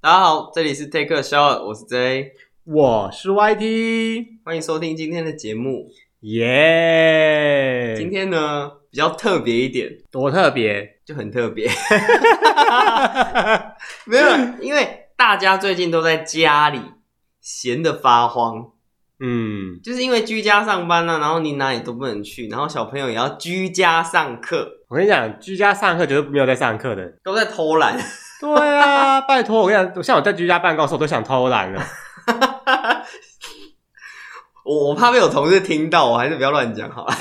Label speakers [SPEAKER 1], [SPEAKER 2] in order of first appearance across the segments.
[SPEAKER 1] 大家好，这里是 Take a Shot，我是 J，
[SPEAKER 2] 我是 YT，
[SPEAKER 1] 欢迎收听今天的节目。
[SPEAKER 2] 耶！哎
[SPEAKER 1] 今天呢比较特别一点，
[SPEAKER 2] 多特 别，
[SPEAKER 1] 就很特 别，没有啦，因为大家最近都在家里闲得发慌，
[SPEAKER 2] 嗯，
[SPEAKER 1] 就是因为居家上班啊呢、然后你哪里都不能去，然后小朋友也要居家上课，
[SPEAKER 2] 我跟你讲，居家上课绝对没有在上课的。
[SPEAKER 1] 都在偷懒。
[SPEAKER 2] 对啊，拜托，我跟你讲，像我在居家办公室，我都想偷懒了。
[SPEAKER 1] 我我怕被我同事听到，我还是不要乱讲好了。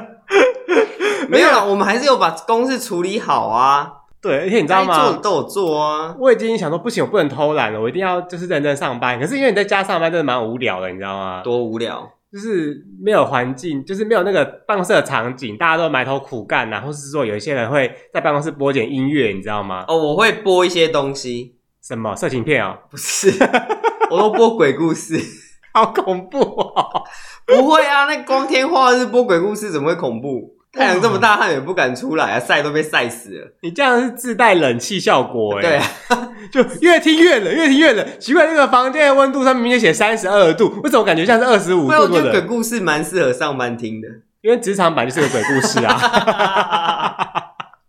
[SPEAKER 1] 没有啦，我们还是有把公事处理好啊，
[SPEAKER 2] 对，而且你
[SPEAKER 1] 你
[SPEAKER 2] 知道
[SPEAKER 1] 该做的
[SPEAKER 2] 吗？
[SPEAKER 1] 都有做啊。
[SPEAKER 2] 我已经想说，不行，我不能偷懒了，我一定要就是认真上班。可是因为你在家上班，真的蛮无聊的，你知道吗？
[SPEAKER 1] 多无聊。
[SPEAKER 2] 就是没有环境，就是没有那个办公室的场景，大家都埋头苦干、啊，然后是说有一些人会在办公室播点音乐，你知道吗？
[SPEAKER 1] 哦，我会播一些东西，
[SPEAKER 2] 什么色情片哦，
[SPEAKER 1] 不是， 我都播鬼故事。
[SPEAKER 2] 好恐怖哦！
[SPEAKER 1] 不会啊，那光天化日播鬼故事怎么会恐怖？太阳这么大，汗也不敢出来啊，晒都被晒死了。
[SPEAKER 2] 你这样是自带冷气效果哎、
[SPEAKER 1] 对啊，
[SPEAKER 2] 就越听越冷，越听越冷。奇怪，那个房间的温度上面明明写三十二度，为什么感觉像是二十五
[SPEAKER 1] 不然啊我
[SPEAKER 2] 度
[SPEAKER 1] 觉得鬼
[SPEAKER 2] 的？
[SPEAKER 1] 故事蛮适合上班听 的，
[SPEAKER 2] 因为职场版就是有鬼故事啊，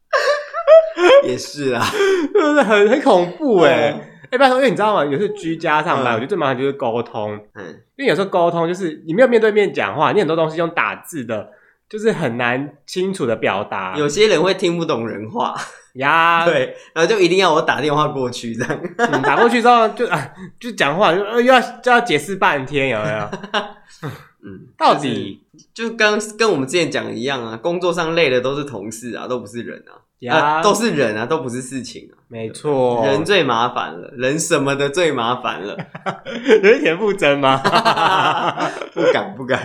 [SPEAKER 1] 也是啊。
[SPEAKER 2] 对不对？很很恐怖哎、欸。
[SPEAKER 1] 嗯
[SPEAKER 2] 哎、拜托，因为你知道吗？有时候居家上
[SPEAKER 1] 嗯
[SPEAKER 2] 班，我觉得最麻烦就是沟通，
[SPEAKER 1] 嗯，
[SPEAKER 2] 因为有时候沟通就是你没有面对面讲话，你很多东西用打字的，就是很难清楚的表达。
[SPEAKER 1] 嗯有些人会听不懂人话，
[SPEAKER 2] 呀，
[SPEAKER 1] 对，然后就一定要我打电话过去这样。
[SPEAKER 2] 你打过去之后就啊，就讲话就呃又要就要解释半天，有 没有？
[SPEAKER 1] 嗯，
[SPEAKER 2] 到底
[SPEAKER 1] 就跟跟我们之前讲的一样啊，工作上累的都是同事啊，都不是人
[SPEAKER 2] 呃
[SPEAKER 1] 啊，啊
[SPEAKER 2] 呀，
[SPEAKER 1] 都是人啊，都不是事情啊。
[SPEAKER 2] 没错，
[SPEAKER 1] 人最麻烦了，人什么的最麻烦了，
[SPEAKER 2] 人田馥甄吗？
[SPEAKER 1] 不敢不敢。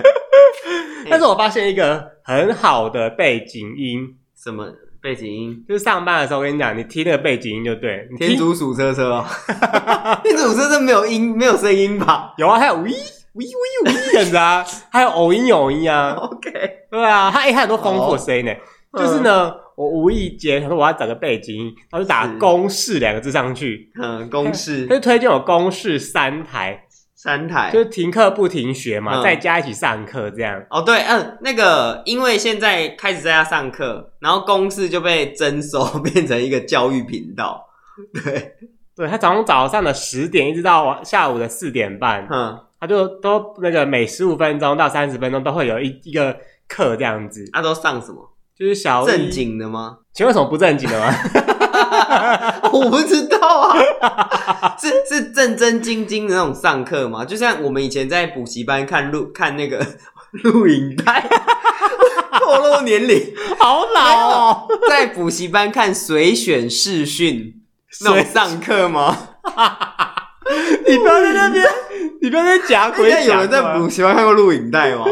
[SPEAKER 2] 但是我发现一个很好的背景音，
[SPEAKER 1] 什么背景音？
[SPEAKER 2] 就是上班的时候，我跟你讲，你听那个背景音就对。你听
[SPEAKER 1] 天竺鼠车车哦， 天竺鼠车车没有音，没有声音吧
[SPEAKER 2] 有啊，还有喂喂喂喂 这样子啊，还有偶音偶音啊，
[SPEAKER 1] ？OK，
[SPEAKER 2] 对啊，它哎、它很多丰富的声音呢。就是呢，我无意间想说我要找个背景音，然后就打
[SPEAKER 1] 是
[SPEAKER 2] “公式”两个字上去，
[SPEAKER 1] 嗯，公式
[SPEAKER 2] 它就推荐我“公式三台
[SPEAKER 1] 三”，台
[SPEAKER 2] 就。是停课不停学嘛，
[SPEAKER 1] 哎嗯
[SPEAKER 2] 在家一起上课这样。
[SPEAKER 1] 哦，对，嗯，那个，因为现在开始在家上课，然后公式就被征收， 变成一个教育频道。对，
[SPEAKER 2] 对，他从早上的十点一直到晚下午的四点半，
[SPEAKER 1] 嗯，
[SPEAKER 2] 他就都那个每十五分钟到三十分钟都会有一一个课这样子，
[SPEAKER 1] 他、啊都上什么
[SPEAKER 2] 就是小一
[SPEAKER 1] 正。经的吗？
[SPEAKER 2] 请问有什么不正 经的吗？
[SPEAKER 1] 我不知道啊， 是是正正经经的那种上课吗？就像我们以前在补习班看录看那个 录影带， 透露年龄，
[SPEAKER 2] 好老哦，
[SPEAKER 1] 在补习班看随选视讯那种上课吗？
[SPEAKER 2] 你不要在那边，你不要在假
[SPEAKER 1] 人
[SPEAKER 2] 鬼
[SPEAKER 1] 家有
[SPEAKER 2] 讲
[SPEAKER 1] 人在补。习班看过录影带吗？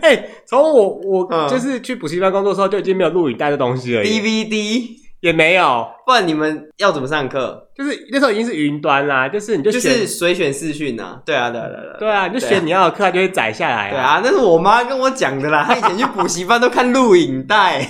[SPEAKER 2] 哎、从我我、
[SPEAKER 1] 嗯
[SPEAKER 2] 就是去补习班工作的时候，就已经没有录影带的东西了，
[SPEAKER 1] DVD，
[SPEAKER 2] 也没有，
[SPEAKER 1] 不然你们要怎么上课？
[SPEAKER 2] 就是那时候已经是云端啦，就是你就
[SPEAKER 1] 就
[SPEAKER 2] 选，
[SPEAKER 1] 是随选视讯啊，对啊，对啊，对啊，对
[SPEAKER 2] 对
[SPEAKER 1] 啊。
[SPEAKER 2] 啊，你就选你要的课，它就会载下来、
[SPEAKER 1] 对，啊，那是我妈跟我讲的啦。她以前去补习班都看录影带，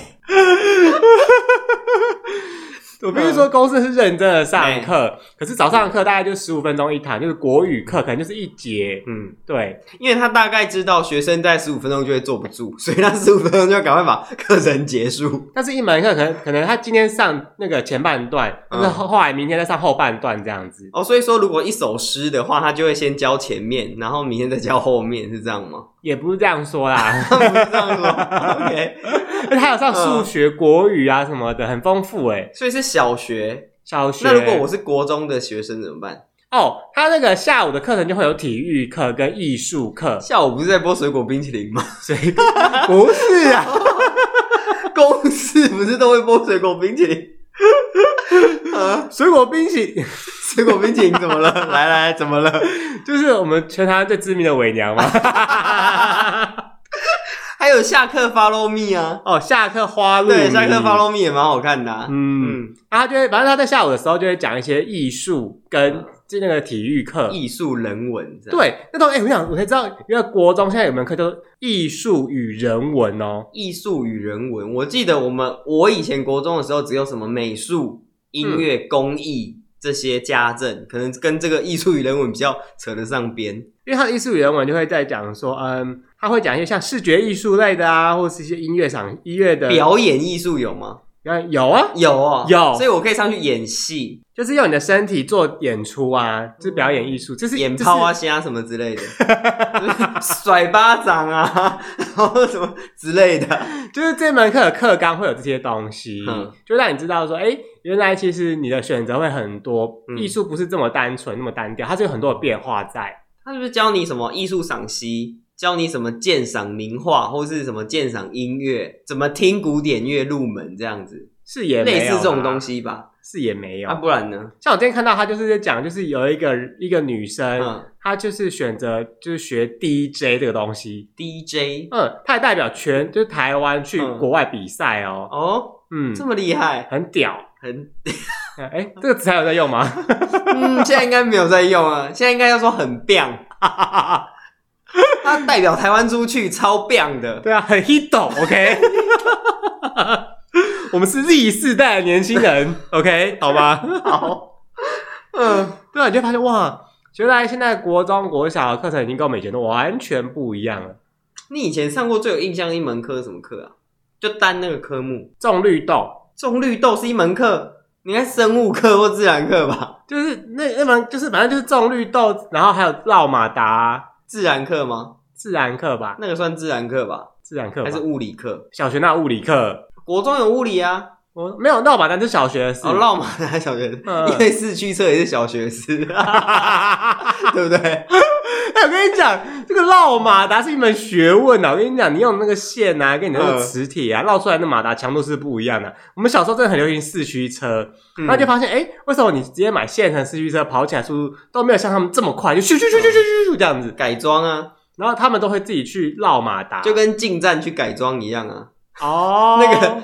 [SPEAKER 2] 我必须说，公司是认真的上课，
[SPEAKER 1] 哎
[SPEAKER 2] 可是早上的课大概就十五分钟一堂，就是国语课，可能就是一节。
[SPEAKER 1] 嗯，
[SPEAKER 2] 对，
[SPEAKER 1] 因为他大概知道学生在十五分钟就会坐不住，所以他十五分钟就要赶快把课程结束。
[SPEAKER 2] 但是一门课可能可能他今天上那个前半段，
[SPEAKER 1] 嗯
[SPEAKER 2] 但是后后来明天再上后半段这样子。
[SPEAKER 1] 哦，所以说如果一首诗的话，他就会先教前面，然后明天再教后面，是这样吗？
[SPEAKER 2] 也不是这样说啦，
[SPEAKER 1] 不是这样说，OK。
[SPEAKER 2] 而且他有上数学、国语啊什么的，很丰富诶、
[SPEAKER 1] 所以是小学。
[SPEAKER 2] 小学，
[SPEAKER 1] 那如果我是国中的学生怎么办？
[SPEAKER 2] 哦，他那个下午的课程就会有体育课跟艺术课，
[SPEAKER 1] 下午不是在播水果冰淇淋吗？
[SPEAKER 2] 所以不是啊，
[SPEAKER 1] 公司不是都会播水果冰淇淋？啊，
[SPEAKER 2] 水果冰淇淋
[SPEAKER 1] 水果冰淇淋怎么了？来来，怎么了？
[SPEAKER 2] 就是我们全台湾最知名的伪 娘嘛。
[SPEAKER 1] 还有下课 follow me 啊，
[SPEAKER 2] 哦，下课花露
[SPEAKER 1] 对，
[SPEAKER 2] 米，
[SPEAKER 1] 下课 follow me 也蛮好看的、啊。
[SPEAKER 2] 嗯，
[SPEAKER 1] 嗯，
[SPEAKER 2] 然后他就会，反正他在下午的时候就会讲一些艺术跟就那个体育课。
[SPEAKER 1] 嗯艺术人文这样。，
[SPEAKER 2] 对，那都哎、我想我才知道，原来国中现在有门课叫做艺术与人文哦。
[SPEAKER 1] 艺术与人文，我记得我们我以前国中的时候只有什么美术、音乐、工艺这些家政，可能跟这个艺术与人文比较扯得上边。
[SPEAKER 2] 因为他的艺术与人文就会在讲说，嗯，他会讲一些像视觉艺术类的啊，或是一些音乐赏音乐的
[SPEAKER 1] 表演艺术有吗？
[SPEAKER 2] 演，有啊，
[SPEAKER 1] 有哦，
[SPEAKER 2] 有
[SPEAKER 1] 所以我可以上去演戏、
[SPEAKER 2] 就是用你的身体做演出啊，就是表演艺术，这是
[SPEAKER 1] 演泡啊、虾什么之类的，就是 甩巴掌啊，然后什么之类的。
[SPEAKER 2] 就是，就是这门课的课纲会有这些东西，
[SPEAKER 1] 嗯
[SPEAKER 2] 就让你知道说，哎，原来其实你的选择会很多，
[SPEAKER 1] 嗯
[SPEAKER 2] 艺术不是这么单纯那么单调，它是有很多的变化在。
[SPEAKER 1] 他是不是教你什么艺术赏析，教你什么鉴赏名画，或是什么鉴赏音乐，怎么听古典乐入门这样子，
[SPEAKER 2] 是也没有
[SPEAKER 1] 类似这种东
[SPEAKER 2] 西，
[SPEAKER 1] 西吧？
[SPEAKER 2] 是也没有。
[SPEAKER 1] 啊，不然呢？
[SPEAKER 2] 像我今天看到他就是在讲，就是有一个一个女生，
[SPEAKER 1] 嗯
[SPEAKER 2] 她就是选择就是学 DJ 这个东西，
[SPEAKER 1] ，DJ
[SPEAKER 2] 嗯，他还代表全就是台湾去
[SPEAKER 1] 嗯
[SPEAKER 2] 国外比赛哦，
[SPEAKER 1] 哦，
[SPEAKER 2] 嗯，
[SPEAKER 1] 这么厉害，
[SPEAKER 2] 很屌。
[SPEAKER 1] 很
[SPEAKER 2] 哎、这个词还有在用 吗？
[SPEAKER 1] 嗯，现在应该没有在用啊，现在应该要说很 biang，他代表台湾出去超 biang 的，
[SPEAKER 2] 对啊，很 hit o k 我们是 Z 世代的年轻人，OK，好吗？
[SPEAKER 1] 好， 嗯，
[SPEAKER 2] 对啊，你就发现哇，原来现在国中、国小的课程已经跟我们以前都完全不一样了。
[SPEAKER 1] 你以前上过最有印象的一门课是什么课啊？就单那个科目，
[SPEAKER 2] 种绿豆
[SPEAKER 1] 种绿豆是一门课，你应该生物课或自然课吧？
[SPEAKER 2] 就是那那门就是反正就是种绿豆，然后还有绕马达
[SPEAKER 1] 自然课吗？
[SPEAKER 2] 自然课吧，
[SPEAKER 1] 那个算自然课吧，
[SPEAKER 2] 自然课
[SPEAKER 1] 还
[SPEAKER 2] 吧
[SPEAKER 1] 是物理课？
[SPEAKER 2] 小学那物理课，
[SPEAKER 1] 国中有物理啊，
[SPEAKER 2] 我没有绕马达是小学的事。
[SPEAKER 1] 哦，绕马达小学，
[SPEAKER 2] 嗯
[SPEAKER 1] 因为四驱车也是小学师， 对不 对？
[SPEAKER 2] 哎，我跟你讲，这个绕马达是一门学问啊！我跟你讲，你用那个线啊，跟你
[SPEAKER 1] 嗯
[SPEAKER 2] 那个磁铁啊，绕出来的马达强度是不一样的。我们小时候真的很流行四驱车，
[SPEAKER 1] 嗯
[SPEAKER 2] 然后就发现，哎、为什么你直接买现成四驱车跑起来速度都没有像他们这么快，就咻咻咻咻咻咻咻这样子？
[SPEAKER 1] 改装啊，
[SPEAKER 2] 然后他们都会自己去绕马达，
[SPEAKER 1] 就跟进站去改装一样啊，
[SPEAKER 2] 哦
[SPEAKER 1] 那个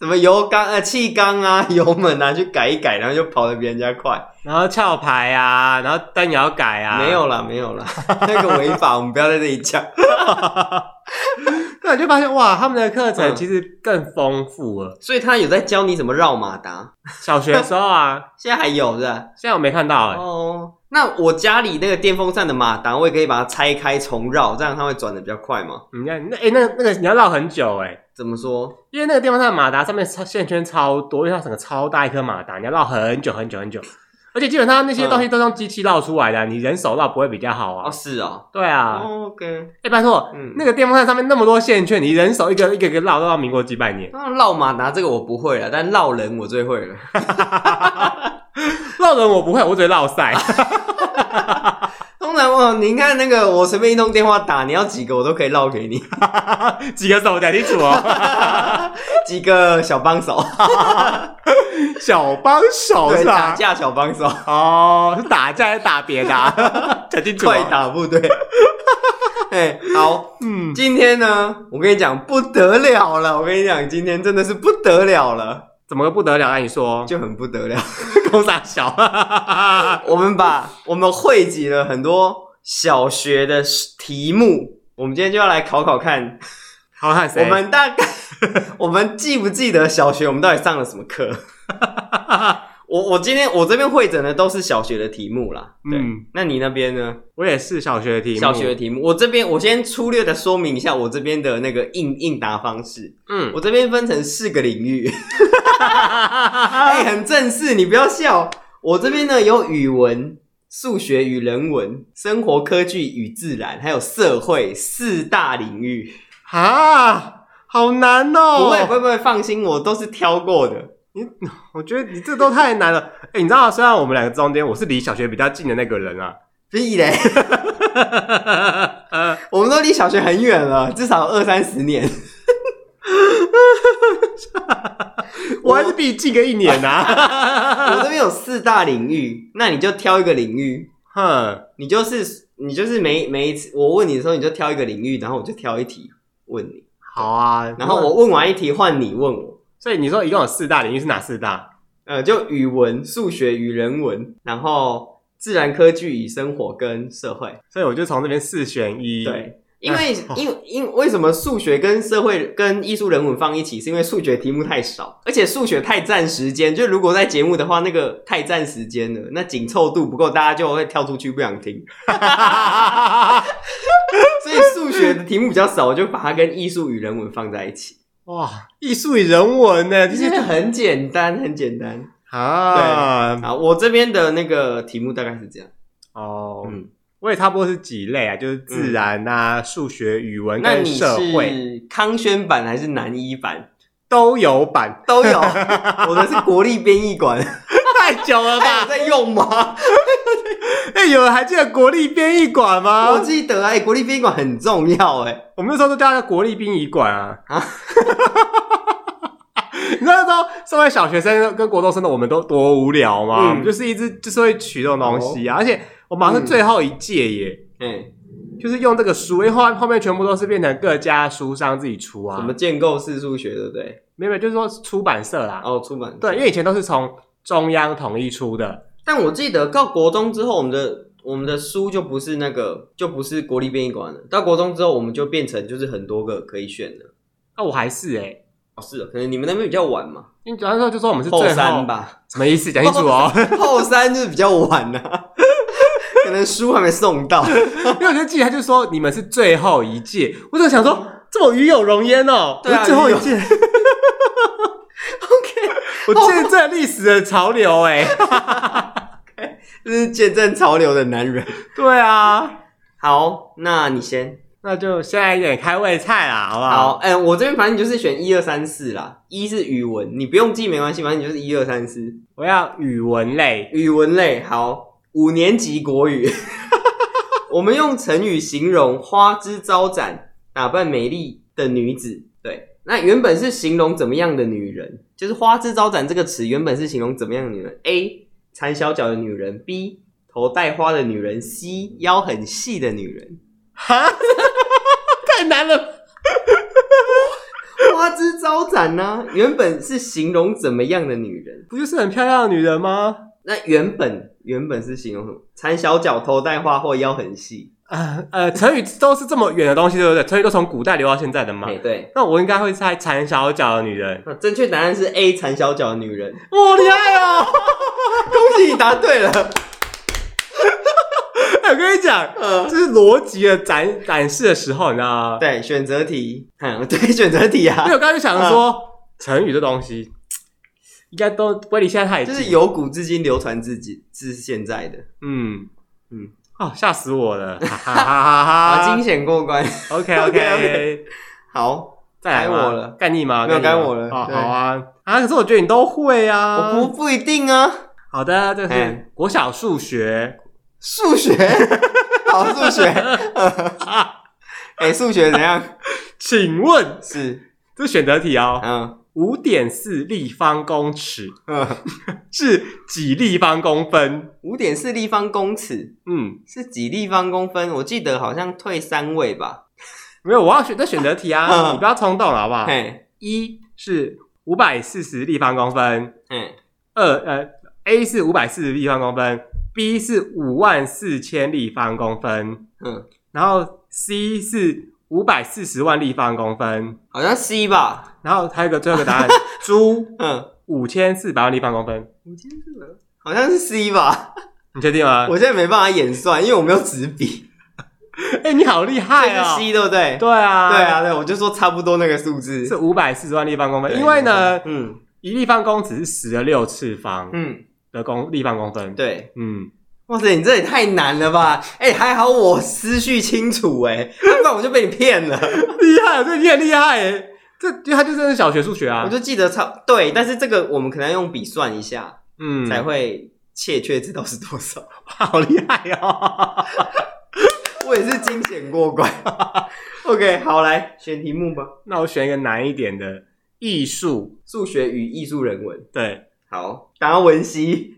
[SPEAKER 1] 什么油缸啊、气缸啊、油门啊，去改一改，然后就跑得比人家快。然
[SPEAKER 2] 然后翘牌啊，然后单摇改啊，
[SPEAKER 1] 没有啦，没有啦，那个违法，我们不要在这里讲。
[SPEAKER 2] 对，就发现哇，他们的课程
[SPEAKER 1] 嗯
[SPEAKER 2] 其实更丰富 了。
[SPEAKER 1] 所以他有在教你怎么绕马达，
[SPEAKER 2] 小学的时候啊，
[SPEAKER 1] 现在还有的
[SPEAKER 2] 现在我没看到、哎、
[SPEAKER 1] 哦。那我家里那个电风扇的马达，我也可以把它拆开重绕，这样它会转的比较快吗？
[SPEAKER 2] 你看那哎、那那个你要绕很久哎、
[SPEAKER 1] 怎么说？
[SPEAKER 2] 因为那个电风扇的马达上面超线圈超多，因为它整个超大一颗马达，你要绕很久很久很久。而且基本上那些东西都是用机器绕出来的，啊你人手绕不会比较好
[SPEAKER 1] 嗯
[SPEAKER 2] 啊。
[SPEAKER 1] 哦，是哦。
[SPEAKER 2] 对啊，哎、
[SPEAKER 1] 哦 OK，
[SPEAKER 2] 拜托，
[SPEAKER 1] 嗯
[SPEAKER 2] 那个电风扇上面那么多线圈，你人手一个一个一个绕，绕到民国几百年，
[SPEAKER 1] 那绕马达这个我不会了，啊但绕人我最会了。
[SPEAKER 2] 绕人我不会，我只会绕 赛。
[SPEAKER 1] 通常我，你看那个我随便一通电话打，你要几个我都可以绕给你，
[SPEAKER 2] 几个手讲清楚哦，
[SPEAKER 1] 几个小帮手，
[SPEAKER 2] 小帮手
[SPEAKER 1] 对，
[SPEAKER 2] 是啊
[SPEAKER 1] 打
[SPEAKER 2] 吧？
[SPEAKER 1] 架小帮手，
[SPEAKER 2] 哦，是打架还是打别 的、啊？讲清楚、哦。
[SPEAKER 1] 快打部队。 哎，好，
[SPEAKER 2] 嗯，
[SPEAKER 1] 今天呢，我跟你讲不得了了，我跟你讲，今天真的是不得了了，啊
[SPEAKER 2] 怎么个不得了？按你说，
[SPEAKER 1] 就很不得了。
[SPEAKER 2] 公傻 小，
[SPEAKER 1] 我们把 我们汇集了很多小学的题目，我们今天就要来考考看
[SPEAKER 2] 好看谁？
[SPEAKER 1] 我们大概， 我们记不记得小学我们到底上了什么课？ 我我今天我这边会诊的都是小学的题目啦。对，
[SPEAKER 2] 嗯，
[SPEAKER 1] 那你那边呢？
[SPEAKER 2] 我也是小学的题目，
[SPEAKER 1] 小学的，题目，我这边我先粗略的说明一下我这边的那个应应答方式。
[SPEAKER 2] 嗯，
[SPEAKER 1] 我这边分成四个领域，
[SPEAKER 2] 啊
[SPEAKER 1] 哎、很正式，你不要笑。我这边呢有语文、数学与人文、生活科技与自然，还有社会四大领域。
[SPEAKER 2] 啊，好难哦，
[SPEAKER 1] 不会不会不会，放心，我都是挑过的。
[SPEAKER 2] 我觉得你这都太难了。哎、你知道，虽然我们两个中间我是离小学比较近的那个 人啊，
[SPEAKER 1] 屁嘞！我们都离小学很远了，至少二三十年。
[SPEAKER 2] 我还是比你近个一年 啊。
[SPEAKER 1] 我这边有四大领域，那你就挑一个领域，
[SPEAKER 2] 哼，
[SPEAKER 1] 你就是你就是每每一次我问你的时候，你就挑一个领域，然后我就挑一题问你，
[SPEAKER 2] 好啊，
[SPEAKER 1] 然后我，问完一题换你问我。
[SPEAKER 2] 所以你说一共有四大领域是哪四大？
[SPEAKER 1] 呃，就语文、数学与人文，然后自然科技与生活跟社会。
[SPEAKER 2] 所以我就从这边四选一。
[SPEAKER 1] 对，因为因为因为为什么数学跟社会跟艺术人文放一起？是因为数学题目太少，而且数学太占时间。就如果在节目的话，那个太占时间了，那紧凑度不够，大家就会跳出去不想听。所以数学的题目比较少，我就把它跟艺术与人文放在一起，
[SPEAKER 2] 哇，艺术与人文呢，这
[SPEAKER 1] 其实
[SPEAKER 2] 些
[SPEAKER 1] 很简单，很简单。
[SPEAKER 2] 啊，
[SPEAKER 1] 好，我这边的那个题目大概是这样。
[SPEAKER 2] 哦，
[SPEAKER 1] 嗯，
[SPEAKER 2] 我也差不多是几类啊，就是自然啊、数学、语文
[SPEAKER 1] 那
[SPEAKER 2] 跟
[SPEAKER 1] 你
[SPEAKER 2] 社会
[SPEAKER 1] 是康轩版还是南一版？
[SPEAKER 2] 都 有版，
[SPEAKER 1] 都 有，我的是国立编译馆，
[SPEAKER 2] 太久了
[SPEAKER 1] 还有
[SPEAKER 2] 吧？
[SPEAKER 1] 在用吗？
[SPEAKER 2] 哎，有人还记得国立编译馆
[SPEAKER 1] 我
[SPEAKER 2] 吗？
[SPEAKER 1] 记得哎、国立殡仪馆很重要哎、
[SPEAKER 2] 我们那时候都叫它国立殡仪馆啊。
[SPEAKER 1] 啊
[SPEAKER 2] 你知道那时候身为小学生跟国中生的我们都多无聊吗？
[SPEAKER 1] 嗯哦
[SPEAKER 2] 我们就是一直就是会取这种东西啊，而且我们好像是最后一届耶，
[SPEAKER 1] 哎、
[SPEAKER 2] 就是用这个书，因为后后面全部都是变成各家书商自己出啊。
[SPEAKER 1] 什么建构式数学对不对？
[SPEAKER 2] 没有，没有，就是说出版社啦。
[SPEAKER 1] 哦，出版社
[SPEAKER 2] 对，因为以前都是从中央统一出的，
[SPEAKER 1] 但我记得到国中之后，我们的我们的书就不是那个，就不是国立编译馆了。到国中之后，我们就变成就是很多个可以选的。
[SPEAKER 2] 那、我还是哎、欸，
[SPEAKER 1] 哦，是的，可能你们那边比较晚嘛，
[SPEAKER 2] 因为那时候就说我们是最
[SPEAKER 1] 后
[SPEAKER 2] 后
[SPEAKER 1] 三，吧，
[SPEAKER 2] 什么意思？讲清楚 哦，
[SPEAKER 1] 后三就是比较晚呐、 可能书还没送到。
[SPEAKER 2] 因为我就记得他就说你们是最后一届，我就想说这么与有容焉哦，
[SPEAKER 1] 对啊
[SPEAKER 2] 我是最后一届。OK，我见证历史的潮流哎、
[SPEAKER 1] 就是见证潮流的男人。
[SPEAKER 2] 对啊，
[SPEAKER 1] 好，那你先。
[SPEAKER 2] 那就先来一点开胃菜啦，好不好？
[SPEAKER 1] 好，哎、我这边反正你就是选一二三四啦。一是语文，你不用记没关系，反正你就是一二三四。
[SPEAKER 2] 我要语文类，
[SPEAKER 1] 语文类好，五年级国语， 我们用成语形容花枝招展、打扮美丽的女子。对，那原本是形容怎么样的女人？就是“花枝招展”这个词原本是形容怎么样的女人？A. 缠小脚的女人，B. 头戴花的女人，C. 腰很细的女人。
[SPEAKER 2] 哈， 太难了。
[SPEAKER 1] 花枝招展呢、啊原本是形容怎么样的女人？
[SPEAKER 2] 不就是很漂亮的女人吗？
[SPEAKER 1] 那原本原本是形容什么？缠小脚、头戴花或腰很细。
[SPEAKER 2] 呃呃，成语都是这么远的东西，对不对？成语都从古代流到现在的嘛
[SPEAKER 1] 哎、。对。
[SPEAKER 2] 那我应该会猜缠小脚的女人。
[SPEAKER 1] 那呃正确答案是 A 缠小脚的女人。
[SPEAKER 2] 哇，厉害哦！
[SPEAKER 1] 恭喜你答对了。
[SPEAKER 2] 哎 我跟你讲，
[SPEAKER 1] 呃，
[SPEAKER 2] 就是逻辑的展展示的时候，你知道吗？
[SPEAKER 1] 对，选择题，嗯，对，选择题
[SPEAKER 2] 因
[SPEAKER 1] 啊
[SPEAKER 2] 为，我刚刚就想说，成语这东西应该都不会离现在太
[SPEAKER 1] 就
[SPEAKER 2] 近。
[SPEAKER 1] 是由古至今流传至今至现在的
[SPEAKER 2] 嗯
[SPEAKER 1] 嗯
[SPEAKER 2] 嗯，哦，吓死我了！哈哈哈
[SPEAKER 1] 啊，
[SPEAKER 2] 哈
[SPEAKER 1] 惊险过关。
[SPEAKER 2] 哈。OK OK，
[SPEAKER 1] 好，
[SPEAKER 2] 再来吗
[SPEAKER 1] 该我了
[SPEAKER 2] 该你吗？
[SPEAKER 1] 没有
[SPEAKER 2] 你吗
[SPEAKER 1] 该我了
[SPEAKER 2] 哦，
[SPEAKER 1] 对
[SPEAKER 2] 好啊啊！可是我觉得你都会啊。
[SPEAKER 1] 我不不一定啊，
[SPEAKER 2] 好的，这
[SPEAKER 1] 哎
[SPEAKER 2] 是国小数学。
[SPEAKER 1] 数学， 好数学， 哎，数学怎样？
[SPEAKER 2] 请问
[SPEAKER 1] 是，
[SPEAKER 2] 这是选择题哦，
[SPEAKER 1] 嗯
[SPEAKER 2] 五点四立方公尺
[SPEAKER 1] 嗯，
[SPEAKER 2] 是几立方公分？
[SPEAKER 1] 五点四立方公尺
[SPEAKER 2] 嗯，
[SPEAKER 1] 是几立方公分？我记得好像退三位吧。
[SPEAKER 2] 没有，我要选这选择题啊，
[SPEAKER 1] 嗯
[SPEAKER 2] 你不要冲动了，好不好？
[SPEAKER 1] 嘿，
[SPEAKER 2] 一是五百四十立方公分，
[SPEAKER 1] 嘿，
[SPEAKER 2] 二呃 A 是五百四十立方公分，B 是五万四千立方公分，
[SPEAKER 1] 嗯，
[SPEAKER 2] 然后 C 是五百四十万立方公分，
[SPEAKER 1] 好像 C 吧，
[SPEAKER 2] 然后还有一个最后一个答 案，猪
[SPEAKER 1] 嗯，
[SPEAKER 2] 五千四百万立方公分，
[SPEAKER 1] 我今天是好像是 C 吧。
[SPEAKER 2] 你确定吗？
[SPEAKER 1] 我现在没办法演算，因为我没有纸笔。
[SPEAKER 2] 哎、你好厉害
[SPEAKER 1] 这
[SPEAKER 2] 啊、
[SPEAKER 1] 是 C 对不对？
[SPEAKER 2] 对啊，
[SPEAKER 1] 对，啊，对，我就说差不多那个数字
[SPEAKER 2] 是。五百四十万立方公分，
[SPEAKER 1] 对
[SPEAKER 2] 因为呢，
[SPEAKER 1] 嗯
[SPEAKER 2] 一立方公尺是十的六次方
[SPEAKER 1] 嗯，
[SPEAKER 2] 的公立方公分。，
[SPEAKER 1] 对。
[SPEAKER 2] 嗯，
[SPEAKER 1] 哇塞，你这也太难了吧！哎、还好我思绪清楚、 哎，要不然我就被你骗了。
[SPEAKER 2] 厉害，这你很厉害耶！这因为它就真的是小学数学啊，
[SPEAKER 1] 我就记得差对，但是这个我们可能要用笔算一下，
[SPEAKER 2] 嗯
[SPEAKER 1] 才会切确知道是多少。
[SPEAKER 2] 好厉害哦。
[SPEAKER 1] 我也是惊险过关。OK，好，来选题目吧。
[SPEAKER 2] 那我选一个难一点的艺术，
[SPEAKER 1] 数学与艺术人文。
[SPEAKER 2] 对，
[SPEAKER 1] 好，达文西。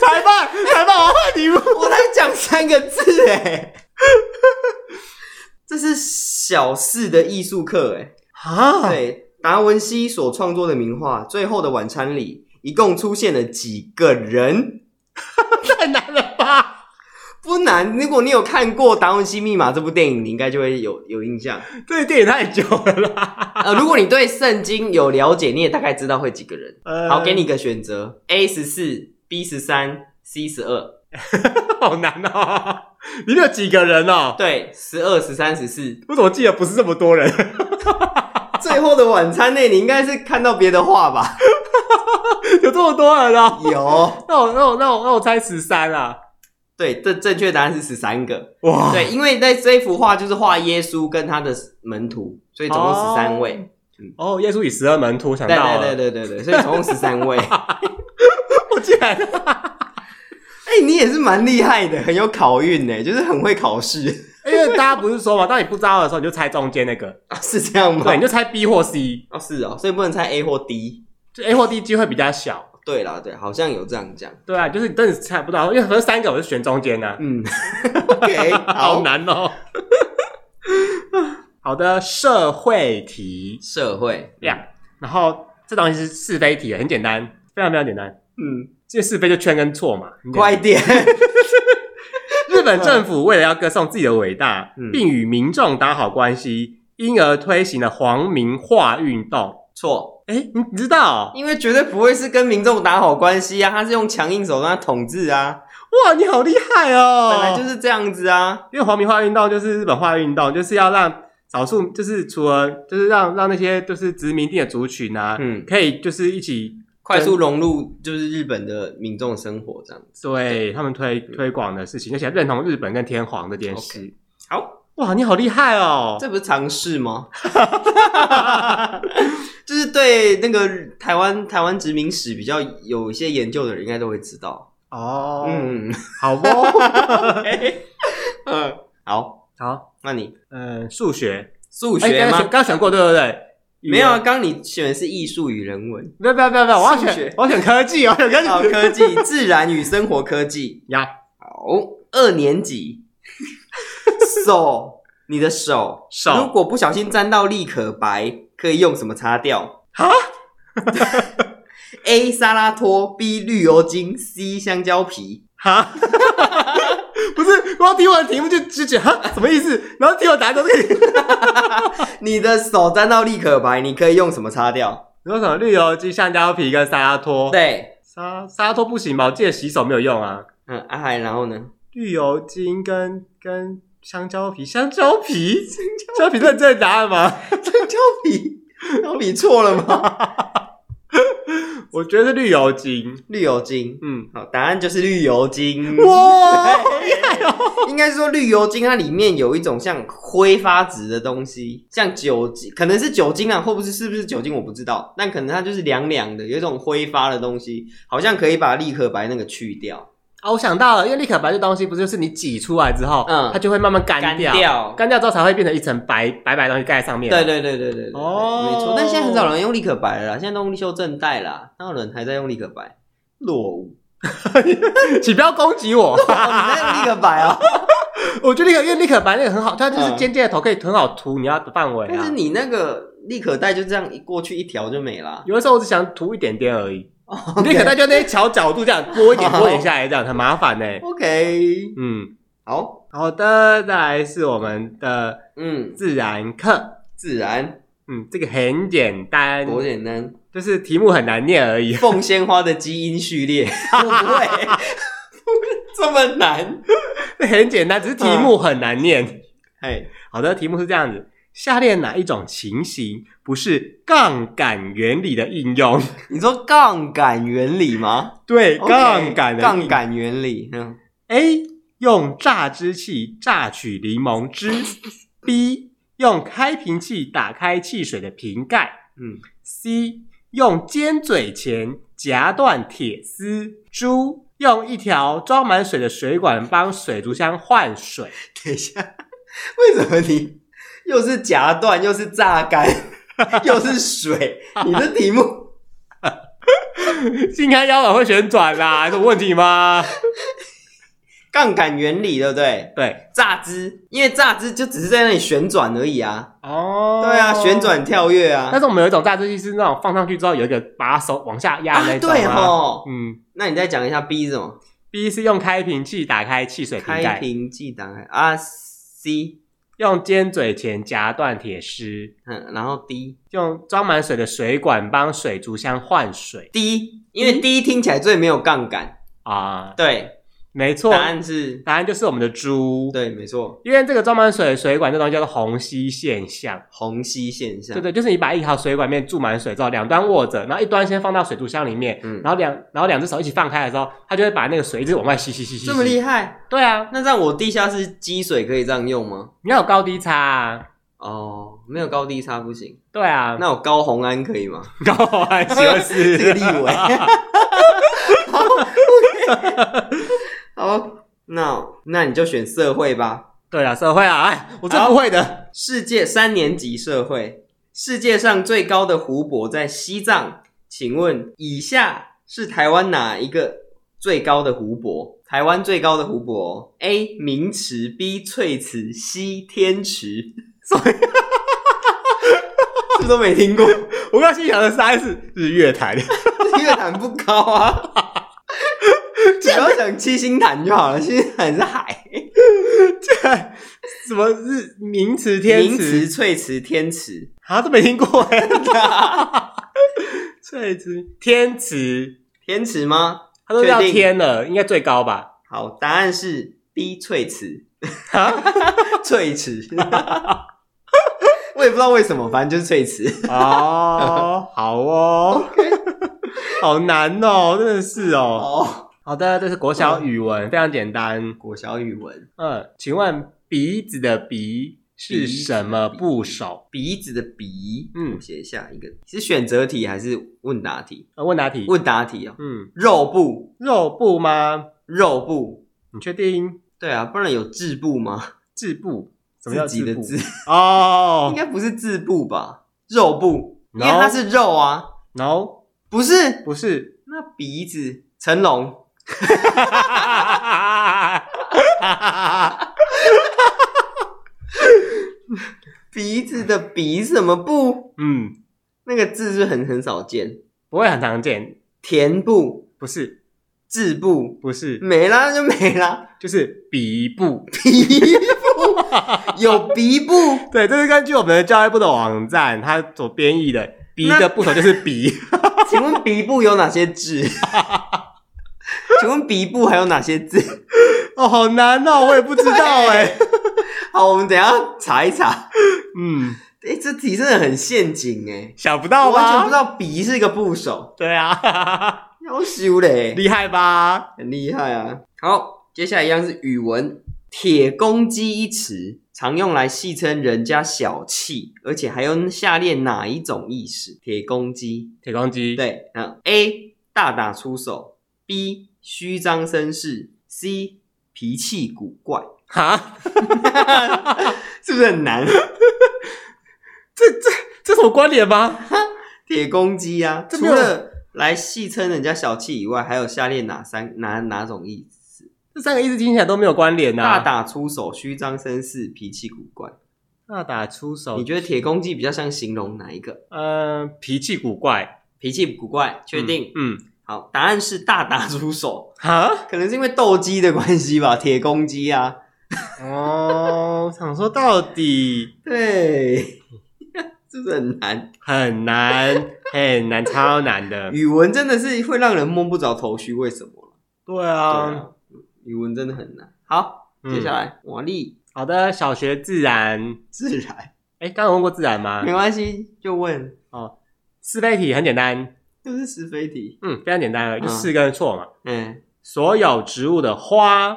[SPEAKER 2] 裁判，裁判，我换题目。
[SPEAKER 1] 我才讲三个字哎、 这是小四的艺术课哎。
[SPEAKER 2] 啊，，
[SPEAKER 1] 对，达文西所创作的名画《最后的晚餐》里，一共出现了几个人？
[SPEAKER 2] 太难了吧？
[SPEAKER 1] 不不难。如果你有看过《达文西密码》这部电影，你应该就会有有印 象。
[SPEAKER 2] 这个电影太久了啦。
[SPEAKER 1] 呃，如果你对圣经有了解，你也大概知道会几个人。
[SPEAKER 2] 呃
[SPEAKER 1] 好，给你一个选择：A 十四、B 十三、C 十二。
[SPEAKER 2] 好难哦。里面有几个人哦？
[SPEAKER 1] 对，十二、十三、十四。
[SPEAKER 2] 我怎么记得不是这么多人？
[SPEAKER 1] 最后的晚餐内，你应该是看到别的话 吧？
[SPEAKER 2] 有这么多人哦？
[SPEAKER 1] 有，
[SPEAKER 2] 那我那我那我那我猜十三啊！
[SPEAKER 1] 对，这正确答案是十三个。
[SPEAKER 2] 哇，
[SPEAKER 1] 对，因为在这幅画就是画耶稣跟他的门徒，所以总共十三位。
[SPEAKER 2] 哦，耶稣与十二门徒，想
[SPEAKER 1] 对
[SPEAKER 2] 哦到
[SPEAKER 1] 对
[SPEAKER 2] 了，
[SPEAKER 1] 对对对对，所以总共十三 位。哎、
[SPEAKER 2] 我竟然
[SPEAKER 1] 你也是蛮厉害的，很有考运呢，就是很会考试，
[SPEAKER 2] 因为大家不是说嘛，当你不知道的时候，你就猜中间那个，
[SPEAKER 1] 啊是这样吗？
[SPEAKER 2] 对，你就猜 B 或 C，
[SPEAKER 1] 哦，是哦，所以不能猜 A 或 D。
[SPEAKER 2] 就 A 或 D 机会比较小。
[SPEAKER 1] 对啦，对，好像有这样讲。
[SPEAKER 2] 对啊，就是你真的猜不到，因为可能三个我就选中间呢、啊，
[SPEAKER 1] 嗯 ，OK，好，
[SPEAKER 2] 难哦。 好的，社会题
[SPEAKER 1] 社会，
[SPEAKER 2] 呀然后这东西是是非题，很简单，非常非常简单，
[SPEAKER 1] 嗯，
[SPEAKER 2] 这是非就圈跟错嘛。很简单
[SPEAKER 1] 快点，
[SPEAKER 2] 日本政府为了要歌颂自己的伟大，
[SPEAKER 1] 嗯
[SPEAKER 2] 并与民众打好关系，因而推行了皇民化运动。
[SPEAKER 1] 错，
[SPEAKER 2] 哎，你你知道？
[SPEAKER 1] 因为绝对不会是跟民众打好关系啊，他是用强硬手段统治啊，
[SPEAKER 2] 哇，你好厉害哦！
[SPEAKER 1] 本来就是这样子啊。
[SPEAKER 2] 因为皇民化运动就是日本化运动，就是要让少数，就是除了就是让让那些就是殖民地的族群啊，
[SPEAKER 1] 嗯，
[SPEAKER 2] 可以就是一起
[SPEAKER 1] 快速融入就是日本的民众生活这样子。
[SPEAKER 2] 对他们推
[SPEAKER 1] 嗯
[SPEAKER 2] 推广的事情，而且认同日本跟天皇这件事。
[SPEAKER 1] 好，
[SPEAKER 2] 哇，你好厉害哦！
[SPEAKER 1] 这不是尝试吗？ 就是对那个台湾台湾殖民史比较有一些研究的人，应该都会知道。
[SPEAKER 2] 哦，嗯，
[SPEAKER 1] 嗯
[SPEAKER 2] 好不？
[SPEAKER 1] 嗯，好，
[SPEAKER 2] 好，
[SPEAKER 1] 那你
[SPEAKER 2] 嗯、数学，
[SPEAKER 1] 数
[SPEAKER 2] 哎
[SPEAKER 1] 学
[SPEAKER 2] 刚刚
[SPEAKER 1] 吗
[SPEAKER 2] 选？刚选过对不对？
[SPEAKER 1] 没有啊，刚刚你选的是艺术与人文，
[SPEAKER 2] 不要不要不要不要，我要
[SPEAKER 1] 数
[SPEAKER 2] 选
[SPEAKER 1] 学
[SPEAKER 2] 我要选科技，我要选科技
[SPEAKER 1] 好，科技、自然与生活科技。
[SPEAKER 2] 呀，
[SPEAKER 1] 好，二年 级，手，你的手，
[SPEAKER 2] 手
[SPEAKER 1] 如果不小心沾到立可白，可以用什么擦掉
[SPEAKER 2] 啊
[SPEAKER 1] ？A 沙拉托，B 绿油精，C 香蕉皮。
[SPEAKER 2] 哈， 不是，我要听我的题目就就觉得哈什么意思，然后听我答案都是。
[SPEAKER 1] 你的手沾到立可白，你可以用什么擦掉？
[SPEAKER 2] 你说什么绿油精、橡胶皮跟沙拉托？，
[SPEAKER 1] 对，
[SPEAKER 2] 沙沙拉托不行吧？我记得洗手没有用啊。
[SPEAKER 1] 嗯，阿、海，然后呢？
[SPEAKER 2] 绿油精跟跟香蕉皮，香蕉皮，香蕉皮认真的答案吗？
[SPEAKER 1] 香蕉皮，香蕉皮错了吗？
[SPEAKER 2] 我觉得是绿油精。
[SPEAKER 1] 绿油精，
[SPEAKER 2] 嗯，
[SPEAKER 1] 好，答案就是绿油精。
[SPEAKER 2] 哇，哦
[SPEAKER 1] 应该是说绿油精它里面有一种像挥发质的东西，像酒精，可能是酒精啊，或不是是不是酒精我不知道，但可能它就是凉凉的，有一种挥发的东西，好像可以把立可白那个去掉，
[SPEAKER 2] 哦，我想到了，因为立可白这东西不是就是你挤出来之后，
[SPEAKER 1] 嗯
[SPEAKER 2] 它就会慢慢干
[SPEAKER 1] 干
[SPEAKER 2] 掉，
[SPEAKER 1] 掉。
[SPEAKER 2] 干掉之后才会变成一层白白白的东西盖在上面。啊
[SPEAKER 1] 对，对对对对对，
[SPEAKER 2] 哦
[SPEAKER 1] 没错。但现在很少人用立可白了啦，现在都用修正带啦，哪有人还在用立可白？ 落伍，
[SPEAKER 2] 请不要攻击 我。
[SPEAKER 1] 哦、你在用立可白哦。
[SPEAKER 2] 啊我觉得立可因为立可白那个很好，它就是
[SPEAKER 1] 嗯
[SPEAKER 2] 尖尖的头可以很好涂你要的范围
[SPEAKER 1] 但
[SPEAKER 2] 啊
[SPEAKER 1] 是。你那个立可带就这样一过去一条就没 啦。
[SPEAKER 2] 有的时候我只想涂一点点而已。
[SPEAKER 1] 哦
[SPEAKER 2] 你可能就那一小角度这 样拨一点
[SPEAKER 1] 好
[SPEAKER 2] 拨一点下来，这样很麻烦呢、
[SPEAKER 1] OK，
[SPEAKER 2] 嗯，
[SPEAKER 1] 好，
[SPEAKER 2] 好的，再来是我们的
[SPEAKER 1] 嗯，
[SPEAKER 2] 自然课。
[SPEAKER 1] 自然
[SPEAKER 2] 嗯，这个很简单，
[SPEAKER 1] 多简单。
[SPEAKER 2] 就是题目很难念而已。
[SPEAKER 1] 凤仙花的基因序列， 会不会这么难？
[SPEAKER 2] 这很简单，只是题目很难念。
[SPEAKER 1] 哎，
[SPEAKER 2] 好的，题目是这样子：下列哪一种情形不是杠杆原理的应用？
[SPEAKER 1] 你说杠杆原理吗？
[SPEAKER 2] 对，
[SPEAKER 1] OK，
[SPEAKER 2] 杠杆的
[SPEAKER 1] 杠。杆原理，嗯，
[SPEAKER 2] A 用榨汁器榨取柠 檬汁，B 用开瓶器打开汽水的瓶盖，
[SPEAKER 1] 嗯
[SPEAKER 2] ，C 用尖嘴钳夹断铁丝，D 用一条装满水的水管帮水族箱换水。
[SPEAKER 1] 等一下， 为什么你又是夹断，又是榨 干，又是水？你的题目
[SPEAKER 2] 应该腰板会旋转啦，有问题吗？
[SPEAKER 1] 杠杆原理对不对？
[SPEAKER 2] 对，
[SPEAKER 1] 榨汁，因为榨汁就只是在那里旋转而已啊。
[SPEAKER 2] 哦
[SPEAKER 1] 对啊，旋。转跳跃啊。
[SPEAKER 2] 但 是我们有一种榨汁器是那种放上去之后有一个把手往下压的
[SPEAKER 1] 啊，
[SPEAKER 2] 那种、
[SPEAKER 1] 对吼。
[SPEAKER 2] 嗯，
[SPEAKER 1] 那你再讲一下 B 是什么？
[SPEAKER 2] B 是用开瓶器打开汽水瓶
[SPEAKER 1] 开
[SPEAKER 2] 盖，
[SPEAKER 1] 瓶器打开啊 C，
[SPEAKER 2] 用尖嘴钳夹断铁丝，
[SPEAKER 1] 嗯，然后 D
[SPEAKER 2] 用装满水的水管帮水族箱换水
[SPEAKER 1] D，因为 D 听起来最没有杠杆。
[SPEAKER 2] 啊、
[SPEAKER 1] 对，
[SPEAKER 2] 没错，
[SPEAKER 1] 答
[SPEAKER 2] 答案
[SPEAKER 1] 案是
[SPEAKER 2] 就是我们的猪。
[SPEAKER 1] 对，没错，
[SPEAKER 2] 因为这个装满水的水管，这东西叫做虹吸现象，
[SPEAKER 1] 虹吸现象。
[SPEAKER 2] 对对，就是你把一条水管面注满水之后，两端握着，然后一端先放到水族箱里面，
[SPEAKER 1] 嗯
[SPEAKER 2] 然后两然后两只手一起放开的时候，它就会把那个水一直往外吸吸吸吸。
[SPEAKER 1] 这么厉
[SPEAKER 2] 害？
[SPEAKER 1] 害？
[SPEAKER 2] 对啊，
[SPEAKER 1] 那让我地下室积水可以这样用吗？
[SPEAKER 2] 你要有高低差啊。
[SPEAKER 1] 哦，没有高低差不行。
[SPEAKER 2] 对啊，
[SPEAKER 1] 那我高红安可以吗？
[SPEAKER 2] 高安就 是
[SPEAKER 1] 这个立委。好，那那你就选社会吧。
[SPEAKER 2] 对啊，社会啊，哎，我真不会
[SPEAKER 1] 啊
[SPEAKER 2] 的。
[SPEAKER 1] 世界三年级社会，世界上最高的湖泊在西藏，请问以下是台湾哪一个最高的湖泊？台湾最高的湖泊，A 明池，B 翠池，C 天池。 所以，是不是都没听过？
[SPEAKER 2] 我刚心想的三是日月潭，
[SPEAKER 1] 乐坛不高啊，只要讲七星潭就好了。七星潭是海，
[SPEAKER 2] 什么日名词天
[SPEAKER 1] 名
[SPEAKER 2] 词
[SPEAKER 1] 池、翠池、天池。
[SPEAKER 2] 啊，都没听过 哎。翠池天池，
[SPEAKER 1] 天池吗？
[SPEAKER 2] 它都叫
[SPEAKER 1] 确定
[SPEAKER 2] 天了，应该最高吧？
[SPEAKER 1] 好，答案是 B 翠池，
[SPEAKER 2] 啊
[SPEAKER 1] 翠池。 我也不知道为什么，反正就是翠池。
[SPEAKER 2] 哦，好哦， 好难哦，真的是哦。
[SPEAKER 1] 哦，
[SPEAKER 2] 好的，这是国小语文，非常简单。
[SPEAKER 1] 国小语文，
[SPEAKER 2] 嗯，请问鼻子的鼻
[SPEAKER 1] 鼻
[SPEAKER 2] 是
[SPEAKER 1] 子的
[SPEAKER 2] 什么
[SPEAKER 1] 鼻
[SPEAKER 2] 部首？
[SPEAKER 1] 鼻子的鼻，嗯，
[SPEAKER 2] 嗯
[SPEAKER 1] 我写下一个是选择题还是问答题？
[SPEAKER 2] 呃，问答题。
[SPEAKER 1] 问答题哦，
[SPEAKER 2] 嗯，
[SPEAKER 1] 肉部，
[SPEAKER 2] 肉部吗？
[SPEAKER 1] 肉部，
[SPEAKER 2] 你确定？
[SPEAKER 1] 对啊，不然有字部吗？
[SPEAKER 2] 字部？什么叫
[SPEAKER 1] 自己的
[SPEAKER 2] 部
[SPEAKER 1] 字。 应
[SPEAKER 2] 哦
[SPEAKER 1] 该不是字部吧？肉部，因
[SPEAKER 2] No
[SPEAKER 1] 为它是肉啊，
[SPEAKER 2] ，no，
[SPEAKER 1] 不是？
[SPEAKER 2] 不是。
[SPEAKER 1] 那鼻子，成龙，鼻子的鼻是什么部？
[SPEAKER 2] 嗯，
[SPEAKER 1] 那个字是不是很很少见，
[SPEAKER 2] 不会很常见，
[SPEAKER 1] 田部、
[SPEAKER 2] 不是，
[SPEAKER 1] 字部
[SPEAKER 2] 不是，
[SPEAKER 1] 没啦就没 啦，
[SPEAKER 2] 就是鼻部。
[SPEAKER 1] 鼻部有鼻部，
[SPEAKER 2] 对，这是根据我们的教育部的网站，它所编译的鼻
[SPEAKER 1] 那
[SPEAKER 2] 的部首就是 鼻。
[SPEAKER 1] 请问鼻部有哪些字？ 请问鼻部还有哪些字？
[SPEAKER 2] 哦，好难哦，我也不知道哎、
[SPEAKER 1] 好，我们等一下查一查。
[SPEAKER 2] 嗯，
[SPEAKER 1] 哎、这题真的很陷阱哎、
[SPEAKER 2] 想不
[SPEAKER 1] 我
[SPEAKER 2] 到
[SPEAKER 1] 完全不
[SPEAKER 2] 吧？
[SPEAKER 1] 知道鼻是一个部首。
[SPEAKER 2] 对啊，
[SPEAKER 1] 要修嘞，
[SPEAKER 2] 厉害吧？
[SPEAKER 1] 很厉害啊！好，接下来一样是语文，铁公鸡一词，常用来戏称人家小气，而且还有下列哪一种意识？铁公鸡，
[SPEAKER 2] 铁公鸡，，
[SPEAKER 1] 对，嗯，A 大打出手，B 虚张声势，C 脾气古怪，
[SPEAKER 2] 哈，
[SPEAKER 1] 是不是很难？
[SPEAKER 2] 这什么关联吗？
[SPEAKER 1] 铁公鸡啊，
[SPEAKER 2] 这
[SPEAKER 1] 除
[SPEAKER 2] 没有
[SPEAKER 1] 了来戏称人家小气以外，还有下列哪三哪哪种意思？
[SPEAKER 2] 这三个意思听起来都没有关联呐、啊
[SPEAKER 1] 大打出手，虚张声势，脾气古怪。
[SPEAKER 2] 大打出手，
[SPEAKER 1] 你觉得铁公鸡比较像形容哪一个？
[SPEAKER 2] 嗯、脾气古怪，
[SPEAKER 1] 脾气古怪，确定？
[SPEAKER 2] 嗯？嗯，
[SPEAKER 1] 好，答案是大打出手，
[SPEAKER 2] 哈，
[SPEAKER 1] 可能是因为斗鸡的关系吧，铁公鸡啊。
[SPEAKER 2] 哦，想说到底
[SPEAKER 1] 对， 是不是很难？
[SPEAKER 2] 很难，很难，超难 的。
[SPEAKER 1] 语文真的是会让人摸不着头绪，为什么？
[SPEAKER 2] 对
[SPEAKER 1] 对
[SPEAKER 2] 啊，
[SPEAKER 1] 啊，语文真的很难。好，
[SPEAKER 2] 嗯
[SPEAKER 1] 接下来瓦力
[SPEAKER 2] 好的，小学自然，
[SPEAKER 1] 自然，
[SPEAKER 2] 哎，刚刚有问过自然吗
[SPEAKER 1] 没？关系，就问，
[SPEAKER 2] 是非题很简单，
[SPEAKER 1] 就是是非题。
[SPEAKER 2] 嗯，非常简单了，就
[SPEAKER 1] 嗯
[SPEAKER 2] 是跟错嘛。
[SPEAKER 1] 嗯，
[SPEAKER 2] 所有植物的花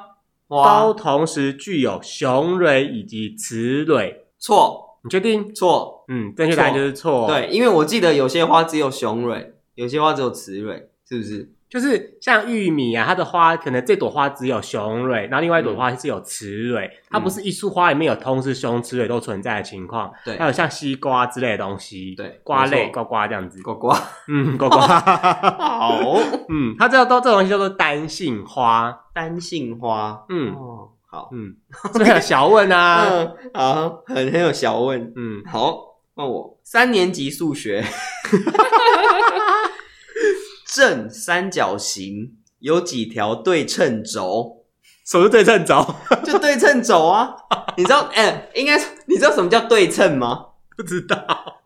[SPEAKER 2] 都
[SPEAKER 1] 花
[SPEAKER 2] 同时具有雄蕊以及雌蕊，
[SPEAKER 1] 错
[SPEAKER 2] 你确定？
[SPEAKER 1] 错，
[SPEAKER 2] 嗯，正确答案
[SPEAKER 1] 错
[SPEAKER 2] 就是错。，
[SPEAKER 1] 对，因为我记得有些花只有雄蕊，有些花只有雌蕊，是不是？
[SPEAKER 2] 就是像玉米啊，它的花可能这朵花只有雄蕊，然后另外一朵花是有雌蕊，
[SPEAKER 1] 嗯
[SPEAKER 2] 它不是一束花里面有同时雄雌蕊都存在的情况。
[SPEAKER 1] 对
[SPEAKER 2] 还有像西瓜之类的东西，
[SPEAKER 1] 对
[SPEAKER 2] 瓜类
[SPEAKER 1] 没
[SPEAKER 2] 瓜瓜这样子，
[SPEAKER 1] 呱呱。
[SPEAKER 2] 嗯，瓜瓜，
[SPEAKER 1] 好，
[SPEAKER 2] 嗯，它这都这种东西叫做单性花，
[SPEAKER 1] 单杏花，
[SPEAKER 2] 嗯
[SPEAKER 1] 哦，好，
[SPEAKER 2] 嗯，这边有小问啊，
[SPEAKER 1] 嗯，好，很很有小问，
[SPEAKER 2] 嗯，
[SPEAKER 1] 好，问我三年级 数学，正三角形有几条对称轴，
[SPEAKER 2] 什么是对称轴？
[SPEAKER 1] 就对称轴啊。你知道，哎、应该说你知道什么叫对称吗？
[SPEAKER 2] 不知道。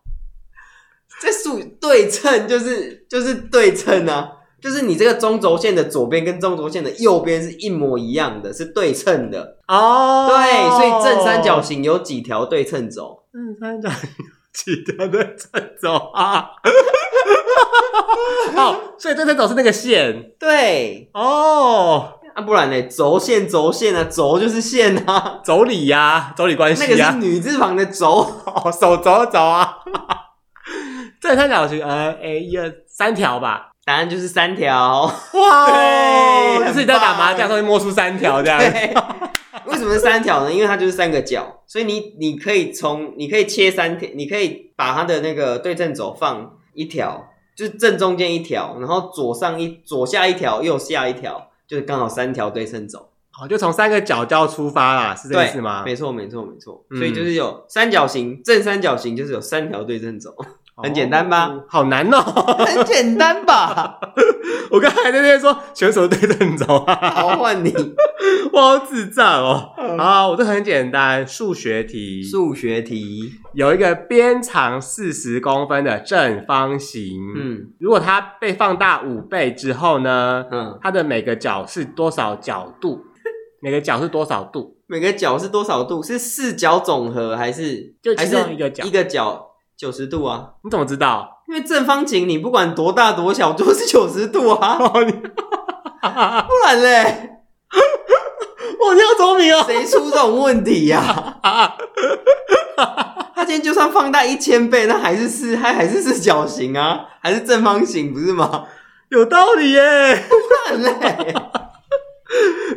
[SPEAKER 1] 这属于对称就是就是对称啊，就是你这个中轴线的左边跟中轴线的右边是一模一样的，是对称的。
[SPEAKER 2] 哦
[SPEAKER 1] 对，所以正三角，形有几条对称轴？
[SPEAKER 2] 正三角形几条对称轴 啊？哦，所以对称轴是那个线
[SPEAKER 1] 对，
[SPEAKER 2] 哦，
[SPEAKER 1] 啊，不然呢？轴线轴线啊，轴就是线 啊，
[SPEAKER 2] 妯娌呀，妯娌关
[SPEAKER 1] 那个
[SPEAKER 2] 系
[SPEAKER 1] 是
[SPEAKER 2] 呀，
[SPEAKER 1] 女字旁的轴。
[SPEAKER 2] 哦，手肘肘啊。 正三角形，呃，哎，一二三条吧。
[SPEAKER 1] 答案就是三 条。
[SPEAKER 2] 哇哦
[SPEAKER 1] 对
[SPEAKER 2] 就是你在打麻
[SPEAKER 1] 很棒欸
[SPEAKER 2] 将上面摸出三 条这样。
[SPEAKER 1] 对，为什么是三条呢？因为它就是三个角，所以你你可以从你可以切三条，你可以把它的那个对称轴放一条，就是正中间一条，然后左上一左下一条，右下一条，就是刚好三条对称轴。
[SPEAKER 2] 好，哦就从三个角角出发啦，是这个意
[SPEAKER 1] 对
[SPEAKER 2] 思吗？
[SPEAKER 1] 没错，没错，没错。
[SPEAKER 2] 嗯
[SPEAKER 1] 所以就是有三角形，正三角形就是有三条对称轴， 很简单吧
[SPEAKER 2] 哦？好难哦！
[SPEAKER 1] 很简单吧？
[SPEAKER 2] 我刚才在那边说选手对称轴啊，
[SPEAKER 1] 好，换你
[SPEAKER 2] 我好智障哦。好，我这很简单，数学题，
[SPEAKER 1] 嗯数学题。
[SPEAKER 2] 有一个边长四十公分的正方形，
[SPEAKER 1] 嗯
[SPEAKER 2] 如果它被放大五倍之后呢，
[SPEAKER 1] 嗯，
[SPEAKER 2] 它的每个角是多少角度？ 每个角是多少度？
[SPEAKER 1] 每个角是多少度？是四角总和还是
[SPEAKER 2] 就
[SPEAKER 1] 还
[SPEAKER 2] 其
[SPEAKER 1] 是
[SPEAKER 2] 中一个角
[SPEAKER 1] 一个角九十度啊？
[SPEAKER 2] 你怎么知道？
[SPEAKER 1] 因为正方形你不管多大多小都是九十度 啊，
[SPEAKER 2] 哦，你
[SPEAKER 1] 不然嘞，
[SPEAKER 2] 哇，你好聪明哦！
[SPEAKER 1] 谁出这种问题呀、 啊？他今天就算放大一千倍，那还是四，还还是四角形啊，还是正方形不是吗？
[SPEAKER 2] 有道理耶。
[SPEAKER 1] 不然嘞，
[SPEAKER 2] 哎、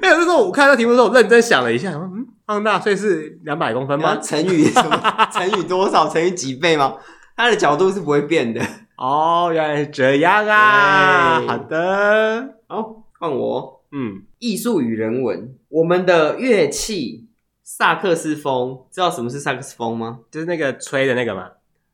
[SPEAKER 2] 那时候我看到题目的时候，我认真想了一下，我说嗯，放大所以是两百公分
[SPEAKER 1] 然后
[SPEAKER 2] 吗？
[SPEAKER 1] 乘以什么？乘以多少？乘以几倍吗？它的角度是不会变的。
[SPEAKER 2] 哦，原来是这样啊。
[SPEAKER 1] 对
[SPEAKER 2] 好的，
[SPEAKER 1] 好，换我。
[SPEAKER 2] 嗯，
[SPEAKER 1] 艺术与人文，我们的乐器萨克斯风，知道什么是萨克斯风吗？
[SPEAKER 2] 就是那个吹的那个嘛，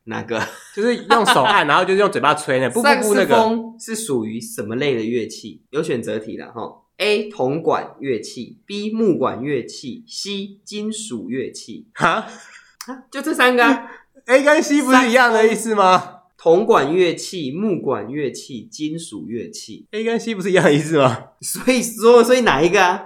[SPEAKER 1] 哪个？
[SPEAKER 2] 就是用手按，然后就是用嘴巴吹 那个，不不
[SPEAKER 1] 萨克
[SPEAKER 2] 不
[SPEAKER 1] 斯
[SPEAKER 2] 那个。
[SPEAKER 1] 风是属于什么类的乐器？有选择题了哈。A 铜管乐器，B 木管乐器，C 金属乐器，
[SPEAKER 2] 哈
[SPEAKER 1] 就这三个、啊：
[SPEAKER 2] ，A 跟 C 不是一样的意思吗
[SPEAKER 1] 铜管乐器、木管乐器、金属乐器。
[SPEAKER 2] ？A 跟 C 不是一样的意思吗？
[SPEAKER 1] 所以说，所以哪一个啊？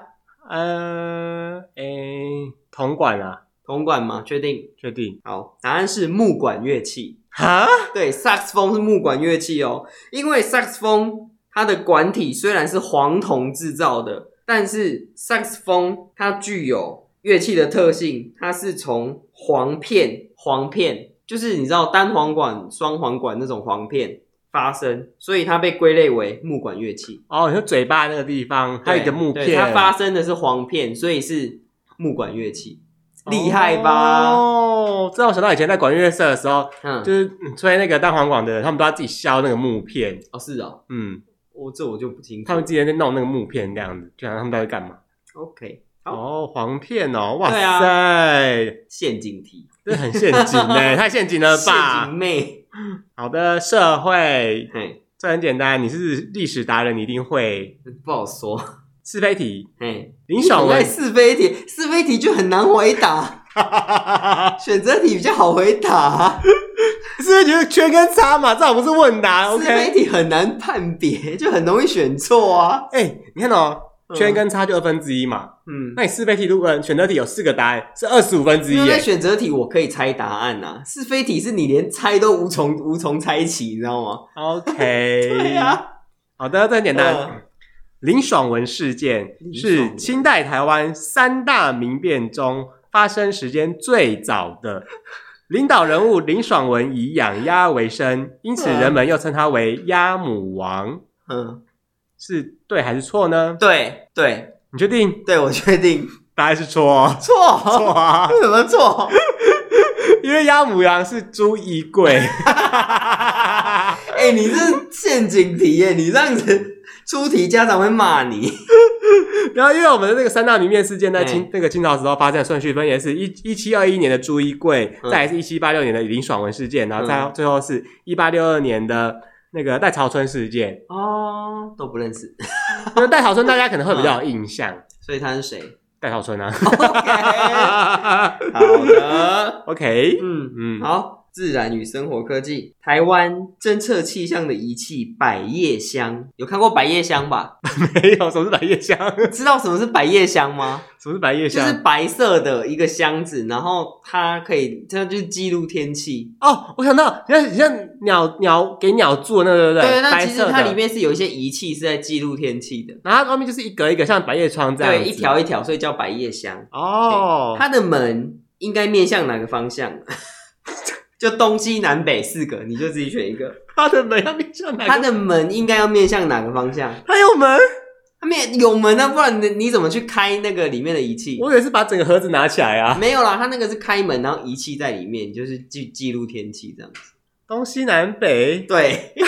[SPEAKER 2] 呃，A 铜管啊，
[SPEAKER 1] 铜管吗？确定？
[SPEAKER 2] 确定？
[SPEAKER 1] 好，答案是木管乐器。
[SPEAKER 2] 哈，
[SPEAKER 1] 对，萨克斯风是木管乐器哦，因为萨克斯风它的管体虽然是黄铜制造的，但是萨克斯风它具有乐器的特性，它是从簧片，簧片就是你知道单簧管、双簧管那种簧片发声，所以它被归类为木管乐器。
[SPEAKER 2] 哦，你说嘴巴那个地方，还有一个木
[SPEAKER 1] 对
[SPEAKER 2] 片，哦
[SPEAKER 1] 它发声的是簧片，所以是木管乐器，厉害吧？
[SPEAKER 2] 哦，这让我想到以前在管乐社的时候，
[SPEAKER 1] 嗯，
[SPEAKER 2] 就是嗯吹那个单簧管的人，他们都要自己削那个木片，
[SPEAKER 1] 哦是哦，
[SPEAKER 2] 嗯，
[SPEAKER 1] 我、这我就不清楚。
[SPEAKER 2] 他们自己在弄那个木片这样子，就想他们到底干嘛？
[SPEAKER 1] OK 好
[SPEAKER 2] 哦，簧片哦，哇
[SPEAKER 1] 对啊
[SPEAKER 2] 塞，
[SPEAKER 1] 陷阱题，
[SPEAKER 2] 这很陷阱 呢，太陷阱了
[SPEAKER 1] 陷
[SPEAKER 2] 吧
[SPEAKER 1] 阱？妹，
[SPEAKER 2] 好的，社会
[SPEAKER 1] 嘿。
[SPEAKER 2] 这很简单，你是历史达人，你一定会
[SPEAKER 1] 不好说。
[SPEAKER 2] 是非题。
[SPEAKER 1] 哎，
[SPEAKER 2] 林小
[SPEAKER 1] 在
[SPEAKER 2] 文，
[SPEAKER 1] 是非题，是非题就很难回 答，选择题比较好回答、
[SPEAKER 2] 是觉得圈跟叉嘛，这好不是问答
[SPEAKER 1] 是非
[SPEAKER 2] ，OK？
[SPEAKER 1] 题很难判别，就很容易选错啊。
[SPEAKER 2] 哎，你看哦。
[SPEAKER 1] 嗯
[SPEAKER 2] 圈跟叉就二分之一嘛，
[SPEAKER 1] 嗯，
[SPEAKER 2] 那你是非题如果选择题有四个答案，是二十五分之一
[SPEAKER 1] 因为
[SPEAKER 2] 耶
[SPEAKER 1] 在。选择题我可以猜答案呐、啊，是非题是你连猜都无从无从猜起，你知道吗？
[SPEAKER 2] OK，
[SPEAKER 1] 对呀、啊，
[SPEAKER 2] 好的，这很简单。
[SPEAKER 1] 嗯
[SPEAKER 2] 林爽文事件
[SPEAKER 1] 林爽文
[SPEAKER 2] 是清代台湾三大民变中发生时间最早的，领导人物林爽文以养鸭为生，因此
[SPEAKER 1] 嗯
[SPEAKER 2] 人们又称他为鸭母王，
[SPEAKER 1] 嗯，
[SPEAKER 2] 是对还是错呢？
[SPEAKER 1] 对对
[SPEAKER 2] 你确定？
[SPEAKER 1] 对，我确定
[SPEAKER 2] 答案是错，
[SPEAKER 1] 错
[SPEAKER 2] 错啊，
[SPEAKER 1] 为什么错？
[SPEAKER 2] 因为鸭母王是朱一贵。
[SPEAKER 1] 哎、你这陷阱题耶，你这样子出题家长会骂你。
[SPEAKER 2] 然后，因为我们的那个三大明面事件在
[SPEAKER 1] 嗯
[SPEAKER 2] 清、那个清朝时候发生的顺序分别是一一七二一年的朱一贵，
[SPEAKER 1] 嗯
[SPEAKER 2] 再来是一七八六年的林爽文事件，然后再
[SPEAKER 1] 嗯
[SPEAKER 2] 最后是一八六二年的那个戴潮春事件，
[SPEAKER 1] 哦，都不认识，
[SPEAKER 2] 那戴潮春大家可能会比较有印象，
[SPEAKER 1] 所以他是谁
[SPEAKER 2] 戴潮 春啊。
[SPEAKER 1] ？OK，好的，
[SPEAKER 2] OK，
[SPEAKER 1] 嗯，
[SPEAKER 2] 嗯，
[SPEAKER 1] 好，自然与生活科技，台湾侦测气象的仪器百叶箱，有看过百叶箱吧？
[SPEAKER 2] 没有，什么是白 夜香？
[SPEAKER 1] 知道什么是百叶箱吗？
[SPEAKER 2] 什么是白夜
[SPEAKER 1] 就
[SPEAKER 2] 香？
[SPEAKER 1] 是白色的一个箱子，然后它可以，它就是记录天气。
[SPEAKER 2] 哦，我想到，你像你像鸟鸟给鸟住的那个，对不对？
[SPEAKER 1] 对，那
[SPEAKER 2] 白
[SPEAKER 1] 其实
[SPEAKER 2] 色的
[SPEAKER 1] 它里，面是有一些仪器是在记录天气的，
[SPEAKER 2] 然后它外面就是一格一格像百叶窗这样
[SPEAKER 1] 对，
[SPEAKER 2] 子
[SPEAKER 1] 一条一条，所以叫百叶箱。
[SPEAKER 2] 哦，
[SPEAKER 1] 它的门应该面向哪个方向？ 就东西南北四个，你就自己选一个。
[SPEAKER 2] 它的门要面向哪
[SPEAKER 1] 它
[SPEAKER 2] 个？
[SPEAKER 1] 的门应该要面向哪个方向？
[SPEAKER 2] 它有门，
[SPEAKER 1] 它面有门啊，不然你你怎么去开那个里面的仪器？
[SPEAKER 2] 我以为是把整个盒子拿起来啊。
[SPEAKER 1] 没有啦，它那个是开门，然后仪器在里面，就是记记录天气这样子。
[SPEAKER 2] 东西南北，
[SPEAKER 1] 对，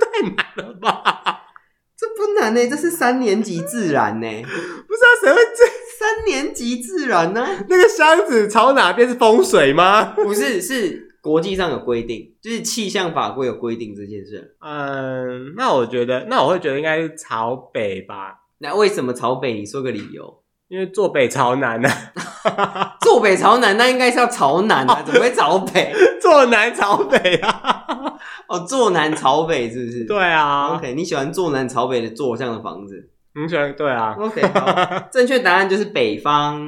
[SPEAKER 2] 太难了吧？
[SPEAKER 1] 这不难呢、欸这是三年级自然呢、欸
[SPEAKER 2] 不是啊，谁会这
[SPEAKER 1] 三年级自然啊呢、
[SPEAKER 2] 那个箱子朝哪边是风水吗？
[SPEAKER 1] 不是，是国际上有规定，就是气象法规有规定这件事。
[SPEAKER 2] 嗯，那我觉得，那我会觉得应该是朝北吧，
[SPEAKER 1] 那为什么朝北？你说个理由。
[SPEAKER 2] 因为坐北朝南啊，
[SPEAKER 1] 坐北朝南，那应该是要朝南啊，怎么会朝 北？
[SPEAKER 2] 坐南朝北 啊。
[SPEAKER 1] 哦，坐南朝北是不是？
[SPEAKER 2] 对啊
[SPEAKER 1] OK，你喜欢坐南朝北的坐向的房子
[SPEAKER 2] 你喜欢对啊，
[SPEAKER 1] ？OK，好 正确答案就是北方。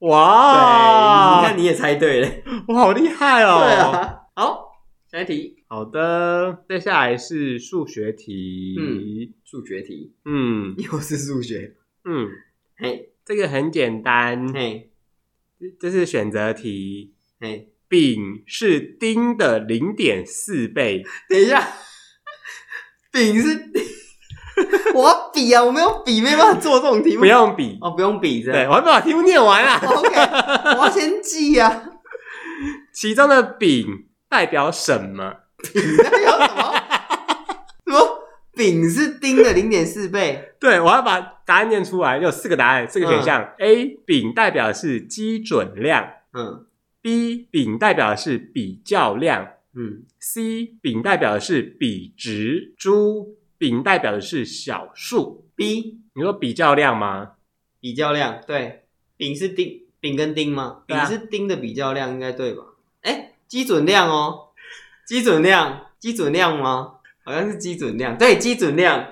[SPEAKER 1] 对，
[SPEAKER 2] 哇，
[SPEAKER 1] 你看你也猜对了。
[SPEAKER 2] 我好厉害哦！
[SPEAKER 1] 对啊， 好，下一题，
[SPEAKER 2] 好的，接下来是数学题。
[SPEAKER 1] 数学题，
[SPEAKER 2] 嗯
[SPEAKER 1] 又是数学。
[SPEAKER 2] 嗯，
[SPEAKER 1] 嘿，
[SPEAKER 2] 这个很简单，
[SPEAKER 1] 嘿，
[SPEAKER 2] 这是选择题。
[SPEAKER 1] 嘿，
[SPEAKER 2] 丙是丁的零点四倍，
[SPEAKER 1] 等一下， 丙 是，我要比啊，我没有比，没办法做这种题目。
[SPEAKER 2] 不用比。
[SPEAKER 1] 哦，不用比，是吧
[SPEAKER 2] 对，我还没把题目念完啊。
[SPEAKER 1] OK，我要先记啊。
[SPEAKER 2] 其中的丙代表什么？
[SPEAKER 1] 那有什么？什么丙是丁的零点四倍？
[SPEAKER 2] 对，我要把答案念出来。有四个答案，四个选项。A 丙代表是基准量
[SPEAKER 1] 嗯
[SPEAKER 2] ，B 丙代表是比较量。
[SPEAKER 1] 嗯，
[SPEAKER 2] C 丙代表的是比值，猪丙代表的是小数。
[SPEAKER 1] b
[SPEAKER 2] 你说比较量吗？
[SPEAKER 1] 比较量对，丙是丁，丙跟丁嘛，
[SPEAKER 2] 对
[SPEAKER 1] 丙
[SPEAKER 2] 啊
[SPEAKER 1] 是丁的比较量应该对吧？哎、基准量哦，基准量，基准量吗？好像是基准量，对，基准量，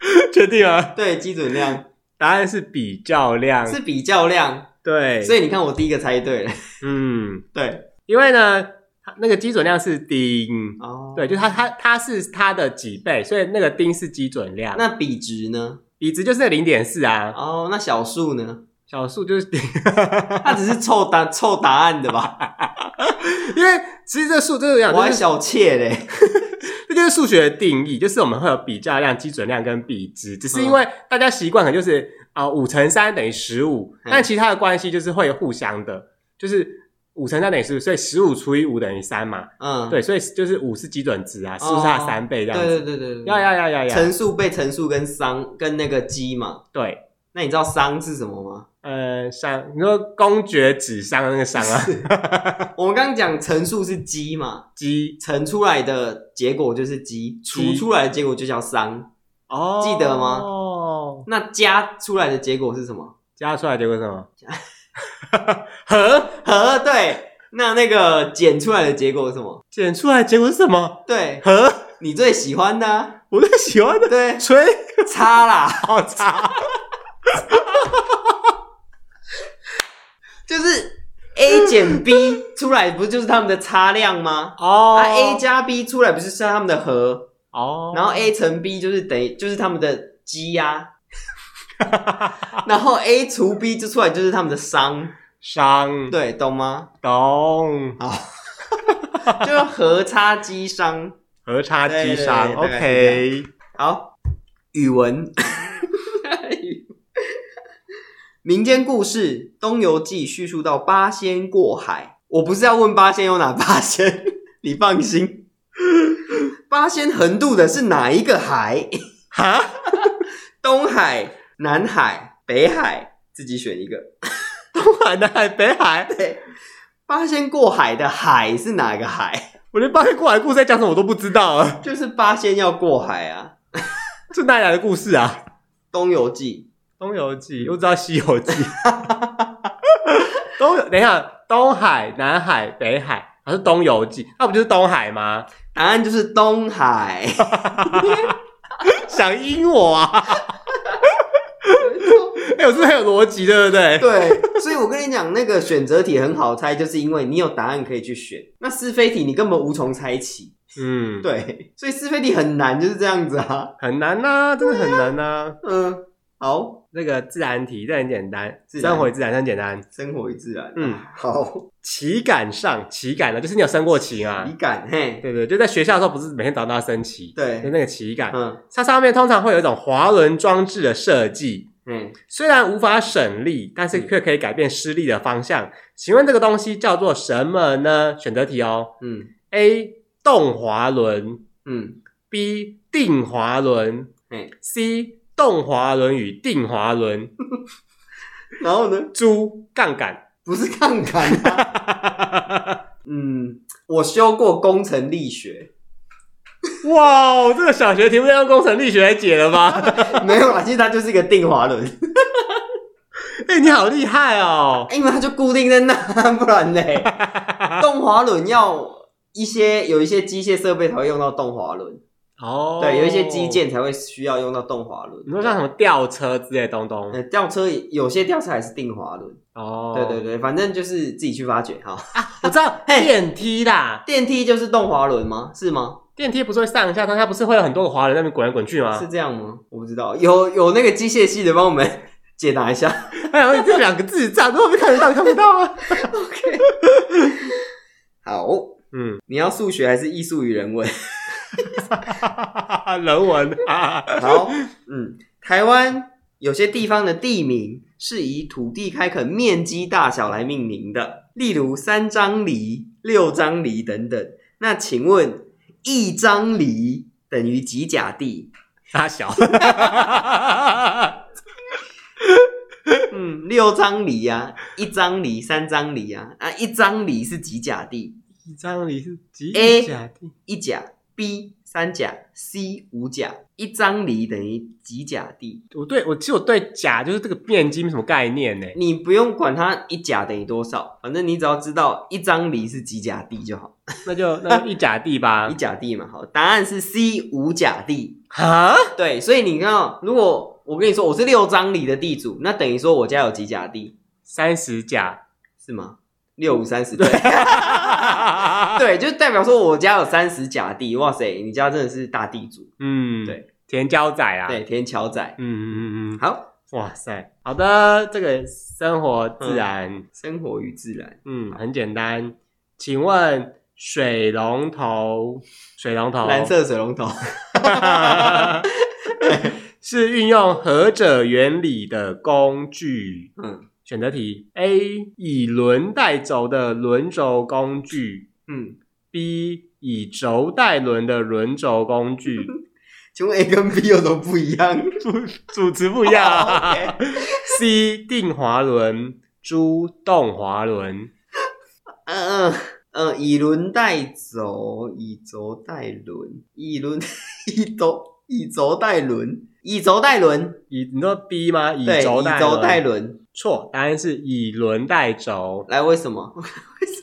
[SPEAKER 2] 确定啊？
[SPEAKER 1] 对，基准量
[SPEAKER 2] 答案是比较量，
[SPEAKER 1] 是比较量，
[SPEAKER 2] 对，
[SPEAKER 1] 所以你看我第一个猜对了，
[SPEAKER 2] 嗯，
[SPEAKER 1] 对，
[SPEAKER 2] 因为呢，它那个基准量是丁，
[SPEAKER 1] 哦，
[SPEAKER 2] 对，，就是它它它是它的几倍，所以那个丁是基准量。
[SPEAKER 1] 那比值呢？
[SPEAKER 2] 比值就是零点四啊，
[SPEAKER 1] 哦，那小数呢？
[SPEAKER 2] 小数就是丁，
[SPEAKER 1] 它只是凑答凑答案的吧？
[SPEAKER 2] 因为其实这数就是这样，
[SPEAKER 1] 我还
[SPEAKER 2] 就是
[SPEAKER 1] 小妾嘞。
[SPEAKER 2] 这就是数学的定义，就是我们会有比较量、基准量跟比值，
[SPEAKER 1] 嗯
[SPEAKER 2] 只是因为大家习惯可能就是啊五、乘三等于十五，
[SPEAKER 1] 嗯
[SPEAKER 2] 但其他的关系就是会互相的，就是五乘三等于十五，所以十五除以五等于三嘛，
[SPEAKER 1] 嗯，
[SPEAKER 2] 对，所以就是五是基准值啊，十五是它的三倍这样子，
[SPEAKER 1] 哦对对对对
[SPEAKER 2] 要
[SPEAKER 1] 对，
[SPEAKER 2] 要要要要，
[SPEAKER 1] 乘数被乘数跟商跟那个鸡嘛。
[SPEAKER 2] 对，
[SPEAKER 1] 那你知道商是什么吗？
[SPEAKER 2] 呃，商你说公爵指商的那个商 啊，
[SPEAKER 1] 我们刚刚讲乘数是鸡嘛，
[SPEAKER 2] 鸡
[SPEAKER 1] 乘出来的结果就是鸡，除
[SPEAKER 2] 鸡
[SPEAKER 1] 出来的结果就叫商。
[SPEAKER 2] 哦
[SPEAKER 1] 记得吗
[SPEAKER 2] 哦，
[SPEAKER 1] 那加出来的结果是什么？
[SPEAKER 2] 加出来结果是什么？和
[SPEAKER 1] 和对。那那个减出来的结果是什么？
[SPEAKER 2] 减出来结果是什么？
[SPEAKER 1] 对
[SPEAKER 2] 和
[SPEAKER 1] 你最喜欢的啊、
[SPEAKER 2] 我最喜欢的。，
[SPEAKER 1] 对啊
[SPEAKER 2] 吹
[SPEAKER 1] 差啦，
[SPEAKER 2] 好 差，
[SPEAKER 1] 就是 A 减 B 出来不就是他们的差量吗？
[SPEAKER 2] 哦
[SPEAKER 1] 啊，A 加 B 出来不是是他们的和？
[SPEAKER 2] 哦
[SPEAKER 1] 然后 A 乘 B 就是等于就是他们的积呀、然后 A 除 B 就出来就是他们的商，
[SPEAKER 2] 伤
[SPEAKER 1] 对，懂吗？
[SPEAKER 2] 懂
[SPEAKER 1] 就是和差积商。
[SPEAKER 2] 和差击
[SPEAKER 1] 对对对
[SPEAKER 2] 伤
[SPEAKER 1] 大概
[SPEAKER 2] ，OK，
[SPEAKER 1] 好，语文，民间故事《东游记》叙述到八仙过海，我不是要问八仙有哪八仙， 你放心。八仙横渡的是哪一个海？
[SPEAKER 2] 哈，
[SPEAKER 1] 东海、南海、北海，自己选一个。
[SPEAKER 2] 东海、南海、北海，
[SPEAKER 1] 对，八仙过海的海是哪个海？
[SPEAKER 2] 我连八仙过海故事在讲什么我都不知道啊，
[SPEAKER 1] 就是八仙要过海啊，
[SPEAKER 2] 这哪里来的故事啊？
[SPEAKER 1] 《东游记
[SPEAKER 2] 《东游记》，我只知道《西游记》 东。东等一下，东海、南海、北海，还是《东游记》？那不就是东海吗？》，
[SPEAKER 1] 答案就是东海。
[SPEAKER 2] 想阴我啊！ 哎、我是不是很有逻辑，对不对？
[SPEAKER 1] 对，所以我跟你讲，那个选择题很好猜，就是因为你有答案可以去选。那是非题你根本无从猜起，
[SPEAKER 2] 嗯，
[SPEAKER 1] 对，所以是非题很难，就是这样子啊。
[SPEAKER 2] 很难呐、真的很难呐、
[SPEAKER 1] 嗯，好，
[SPEAKER 2] 这个自然题，这很简单，
[SPEAKER 1] 自然
[SPEAKER 2] 生活自然，这很简单。
[SPEAKER 1] 生活与自然，
[SPEAKER 2] 嗯，
[SPEAKER 1] 好，
[SPEAKER 2] 旗杆上，旗杆呢，就是你有升过旗啊
[SPEAKER 1] 笔？杆，嘿，
[SPEAKER 2] 对对，就在学校的时候，不是每天早上都要升旗？就
[SPEAKER 1] 对，
[SPEAKER 2] 那个旗杆，
[SPEAKER 1] 嗯，
[SPEAKER 2] 它上面通常会有一种滑轮装置的设计，
[SPEAKER 1] 嗯，
[SPEAKER 2] 虽然无法省力，但是却可以改变施力的方向。请问这个东西叫做什么呢？选择题哦
[SPEAKER 1] 嗯，
[SPEAKER 2] ：A. 动滑轮
[SPEAKER 1] 嗯，
[SPEAKER 2] ，B. 定滑轮
[SPEAKER 1] 嘿，
[SPEAKER 2] ，C. 动滑轮与定滑轮。
[SPEAKER 1] 然后呢，
[SPEAKER 2] 猪杠杆，
[SPEAKER 1] 不是杠杆啊， 嗯，我修过工程力学，
[SPEAKER 2] 哇哦，这个小学题目要用工程力学来解了吧？
[SPEAKER 1] 没有啦，其实它就是一个定滑轮，
[SPEAKER 2] 哎、你好厉害哦！
[SPEAKER 1] 因为哎它就固定在那，不然呢， 动滑轮要一些有一些机械设备才会用到动滑轮。
[SPEAKER 2] 哦，
[SPEAKER 1] 对，有一些基，建才会需要用到动滑轮。
[SPEAKER 2] 你说像什么吊车之类的东东
[SPEAKER 1] 呃，吊车也有些吊车还是定滑轮，
[SPEAKER 2] 哦，
[SPEAKER 1] 对对，对，反正就是自己去发掘哈。
[SPEAKER 2] 我知道
[SPEAKER 1] 嘿
[SPEAKER 2] 电梯啦，
[SPEAKER 1] 电梯就是动滑轮吗？是吗？
[SPEAKER 2] 电梯不是会上下，但它不是会有很多个滑轮在那边滚来滚去吗
[SPEAKER 1] 是？这样吗？我不知道，有有那个机械系的帮我们解答一下。
[SPEAKER 2] 哎呀，这两个智障都没看得到，看不到啊。
[SPEAKER 1] 好，
[SPEAKER 2] 嗯，
[SPEAKER 1] 你要数学还是艺术与人文？
[SPEAKER 2] 人文啊，
[SPEAKER 1] 好，嗯，台湾有些地方的地名是以土地开垦面积大小来命名的，例如三张犁、六张犁等等。那请问一张犁等于几甲地？
[SPEAKER 2] 大小，
[SPEAKER 1] 嗯，六张犁呀、一张犁、三张犁呀、啊，一张犁是几甲地？
[SPEAKER 2] 一张里是几
[SPEAKER 1] A
[SPEAKER 2] 甲地？
[SPEAKER 1] 一甲，B 三甲，C 五甲，一张犁等于几甲地？
[SPEAKER 2] 我对我其实我对甲就是这个面积没什么概念呢。
[SPEAKER 1] 你不用管它一甲等于多少，反正你只要知道一张犁是几甲地就好。
[SPEAKER 2] 那就那就一甲地吧
[SPEAKER 1] 一。甲地嘛，好，答案是 C 五甲地。
[SPEAKER 2] 啊，
[SPEAKER 1] 对，所以你看哦，如果我跟你说我是六张里的地主，那等于说我家有几甲地，
[SPEAKER 2] 三十 甲，
[SPEAKER 1] 是吗？六五三十 对，对，就代表说我家有三十甲地。哇塞，你家真的是大地主，
[SPEAKER 2] 嗯，
[SPEAKER 1] 对，
[SPEAKER 2] 甜椒仔啊，
[SPEAKER 1] 对，田桥仔。
[SPEAKER 2] 嗯，嗯嗯嗯，
[SPEAKER 1] 好，
[SPEAKER 2] 哇塞，好的，这个生活自然，
[SPEAKER 1] 生活与自然，
[SPEAKER 2] 嗯，很简单。请问水龙头，水龙头
[SPEAKER 1] 蓝 色水龙头，
[SPEAKER 2] 是运用何者原理的工具？
[SPEAKER 1] 嗯
[SPEAKER 2] 选择题：A. 以轮带轴的轮轴工具
[SPEAKER 1] 嗯，
[SPEAKER 2] ；B. 以轴带轮的轮轴 工具。
[SPEAKER 1] 请问 A 跟 B 有什么不一样？哦
[SPEAKER 2] 主持不一 样、啊。C 定滑轮，猪动滑轮。
[SPEAKER 1] 嗯嗯嗯，以轮带轴，以轴带轮，以轮以轴以轴带轮，以轴带轮，
[SPEAKER 2] 以你说 B 吗？以
[SPEAKER 1] 对，以
[SPEAKER 2] 轴带
[SPEAKER 1] 轴带轮。
[SPEAKER 2] 错，答案是以轮带轴，
[SPEAKER 1] 来，为什么？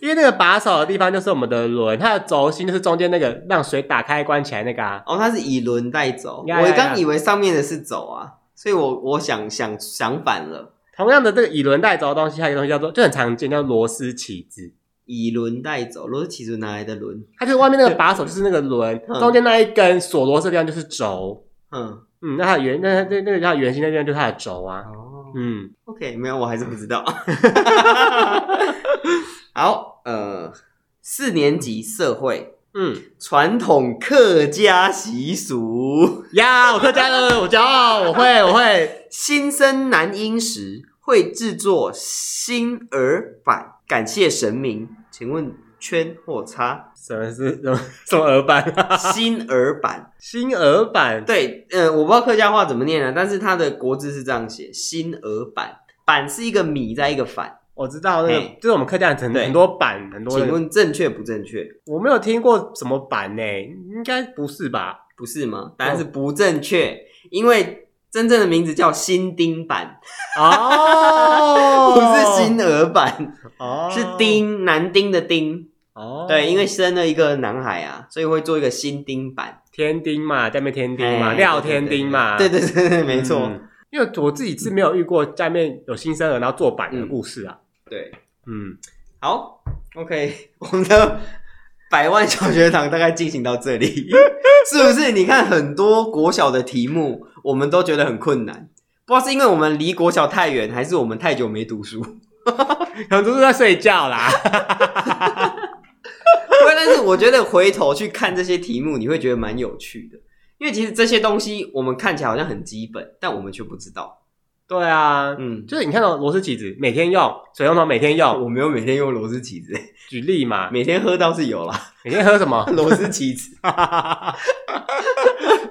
[SPEAKER 2] 因为那个把手的地方就是我们的轮，它的轴心就是中间那个让水打开关起来那个啊。
[SPEAKER 1] 哦，它是以轮带轴。
[SPEAKER 2] 呀
[SPEAKER 1] 我
[SPEAKER 2] 呀呀
[SPEAKER 1] 刚以为上面的是轴啊，所以我我想想想反了。
[SPEAKER 2] 同样的，这个以轮带轴的东西，还有一个东西叫做就很常见，叫螺丝起子。
[SPEAKER 1] 以轮带轴，螺丝起子哪来的轮？
[SPEAKER 2] 它就是外面那个把手就是那个轮，
[SPEAKER 1] 嗯
[SPEAKER 2] 中间那一根锁螺丝的地方就是轴。
[SPEAKER 1] 嗯，
[SPEAKER 2] 嗯，那它的圆，那它那那个叫圆心那地方就是它的轴啊。
[SPEAKER 1] 哦
[SPEAKER 2] 嗯，
[SPEAKER 1] ，OK，没有，我还是不知道。好，呃，四年级社会
[SPEAKER 2] 嗯
[SPEAKER 1] 传统客家习俗。
[SPEAKER 2] 呀，我客家的，我骄傲，我会，我会。
[SPEAKER 1] 新生男婴时会制作新耳板，感谢神明。请问圈或 叉？
[SPEAKER 2] 什么是什么什么耳板 啊？
[SPEAKER 1] 新耳板，
[SPEAKER 2] 新耳板，
[SPEAKER 1] 对，呃，我不知道客家话怎么念啊，但是它的国字是这样写：新耳板。板是一个米在一个反，
[SPEAKER 2] 我知道那个
[SPEAKER 1] 嘿，
[SPEAKER 2] 就是我们客家很
[SPEAKER 1] 对
[SPEAKER 2] 很多版，很多那
[SPEAKER 1] 请
[SPEAKER 2] 个。
[SPEAKER 1] 问正确不正确？
[SPEAKER 2] 我没有听过什么版呢、应该不是 吧？
[SPEAKER 1] 不是吗？答
[SPEAKER 2] 哦
[SPEAKER 1] 案是不正确，因为真正的名字叫新丁版，
[SPEAKER 2] 哦，
[SPEAKER 1] 不是新鹅版，
[SPEAKER 2] 哦，
[SPEAKER 1] 是丁男丁的丁。
[SPEAKER 2] 哦，
[SPEAKER 1] 对，因为生了一个男孩啊，所以会做一个新丁版。
[SPEAKER 2] 天丁嘛，下面天丁嘛，
[SPEAKER 1] 哎
[SPEAKER 2] 廖天丁嘛，
[SPEAKER 1] 对对对对对，没错。
[SPEAKER 2] 嗯因为我自己是没有遇过下面有新生儿然后做版
[SPEAKER 1] 嗯
[SPEAKER 2] 的故事啊。
[SPEAKER 1] 对，
[SPEAKER 2] 嗯，
[SPEAKER 1] 好，OK，我 们的百万小学堂大概进行到这里， 是不是？你看很多国小的题目，我们都觉得很困难，不知道是因为我们离国小太远，还是我们太久没读书。
[SPEAKER 2] 可能都是在睡觉啦。
[SPEAKER 1] 不会，但是我觉得回头去看这些题目，你会觉得蛮有趣的，因为其实这些东西我们看起来好像很基本，但我们却不知道。
[SPEAKER 2] 对啊，
[SPEAKER 1] 嗯，
[SPEAKER 2] 就是你看到螺丝起子每天用，水龙头每天用。
[SPEAKER 1] 我没有每天用螺丝起子，
[SPEAKER 2] 举例嘛，
[SPEAKER 1] 每天喝倒是有啦，？
[SPEAKER 2] 每天喝什么
[SPEAKER 1] 螺丝起 子。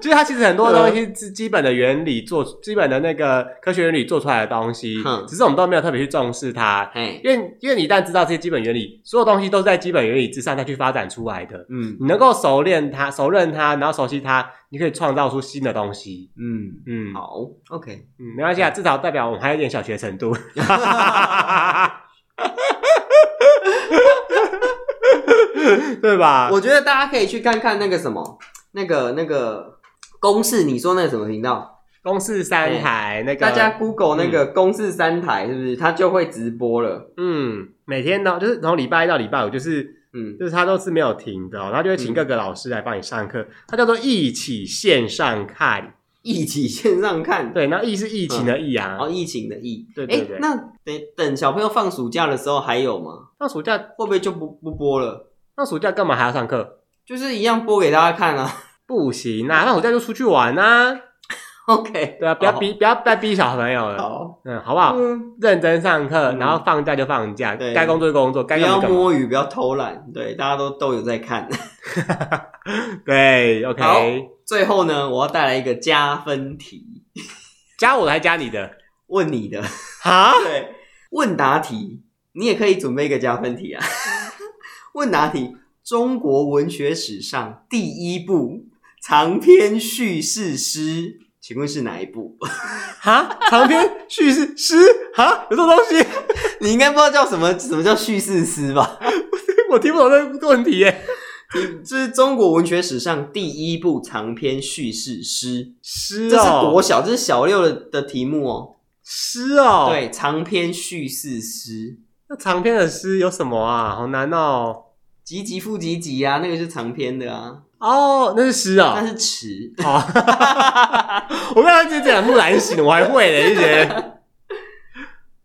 [SPEAKER 2] 就是它其实很多东
[SPEAKER 1] 嗯
[SPEAKER 2] 西是基本的原理做，基本的那个科学原理做出来的东西
[SPEAKER 1] 哼，
[SPEAKER 2] 只是我们都没有特别去重视它。
[SPEAKER 1] 哎，
[SPEAKER 2] 因为因为你一旦知道这些基本原理，所有东西都是在基本原理之上再去发展出来的。
[SPEAKER 1] 嗯
[SPEAKER 2] 你能够熟练它、熟认它，然后熟悉它，你可以创造出新的东西。
[SPEAKER 1] 嗯，
[SPEAKER 2] 嗯，
[SPEAKER 1] 好，OK，
[SPEAKER 2] 嗯，没关系啊，至少代表我们还有一点小学程度。 对吧？
[SPEAKER 1] 我觉得大家可以去看看那个什么，那个那个公式，你说那个什么频道？
[SPEAKER 2] 公式三台、那个
[SPEAKER 1] 大家 Google 那个公式三台是不是？它就会直播了。
[SPEAKER 2] 嗯，每天呢，就是从礼拜一到礼拜五，就是
[SPEAKER 1] 嗯，
[SPEAKER 2] 就是他都是没有停的、哦，他就会请各个老师来帮你上课，它叫做一起线上看。
[SPEAKER 1] 一起线上看。
[SPEAKER 2] 对，那疫是疫情的疫啊。
[SPEAKER 1] 哦，疫情的疫，
[SPEAKER 2] 对对
[SPEAKER 1] 诶
[SPEAKER 2] 对
[SPEAKER 1] 那等等小朋友放暑假的时候还有吗？
[SPEAKER 2] 那暑假
[SPEAKER 1] 会不会就不不播了？
[SPEAKER 2] 那暑假干嘛还要上课？
[SPEAKER 1] 就是一样播给大家看啊。
[SPEAKER 2] 不行啊，那暑假就出去玩啊。
[SPEAKER 1] OK，
[SPEAKER 2] 对啊，不要逼，不要再逼小朋友了。
[SPEAKER 1] 哦好，
[SPEAKER 2] 嗯，好不好？
[SPEAKER 1] 嗯，
[SPEAKER 2] 认真上课，
[SPEAKER 1] 嗯
[SPEAKER 2] 然后放假就放假，
[SPEAKER 1] 对
[SPEAKER 2] 该工作就工作，
[SPEAKER 1] 不
[SPEAKER 2] 该干
[SPEAKER 1] 要
[SPEAKER 2] 嘛就干嘛。
[SPEAKER 1] 摸鱼，不要偷懒，对，大家都都有在看。
[SPEAKER 2] 对
[SPEAKER 1] 好
[SPEAKER 2] ，OK，
[SPEAKER 1] 最后呢，我要带来一个加分题，
[SPEAKER 2] 加我的还加你的
[SPEAKER 1] 问你 的，
[SPEAKER 2] 哈，
[SPEAKER 1] 对，问答题，你也可以准备一个加分题啊。 问答题，中国文学史上第一部长篇叙事诗，请问是哪一部？
[SPEAKER 2] 哈，长篇叙事诗哈，有这种东西，
[SPEAKER 1] 你应该不知道叫什么什么叫叙事诗吧？
[SPEAKER 2] 我听不懂这个问题耶。
[SPEAKER 1] 这是中国文学史上第一部长篇叙事诗，
[SPEAKER 2] 诗
[SPEAKER 1] 这是国
[SPEAKER 2] 哦，
[SPEAKER 1] 小，这是小六的的题目哦。
[SPEAKER 2] 诗哦，，
[SPEAKER 1] 对，长篇叙事诗，
[SPEAKER 2] 那长篇的诗有什么啊？好难哦。
[SPEAKER 1] 集集复集集啊，那个是长篇的啊，
[SPEAKER 2] 哦，那是诗哦。
[SPEAKER 1] 那是词。
[SPEAKER 2] 好，我刚刚直接讲木兰行，我还会嘞，一些《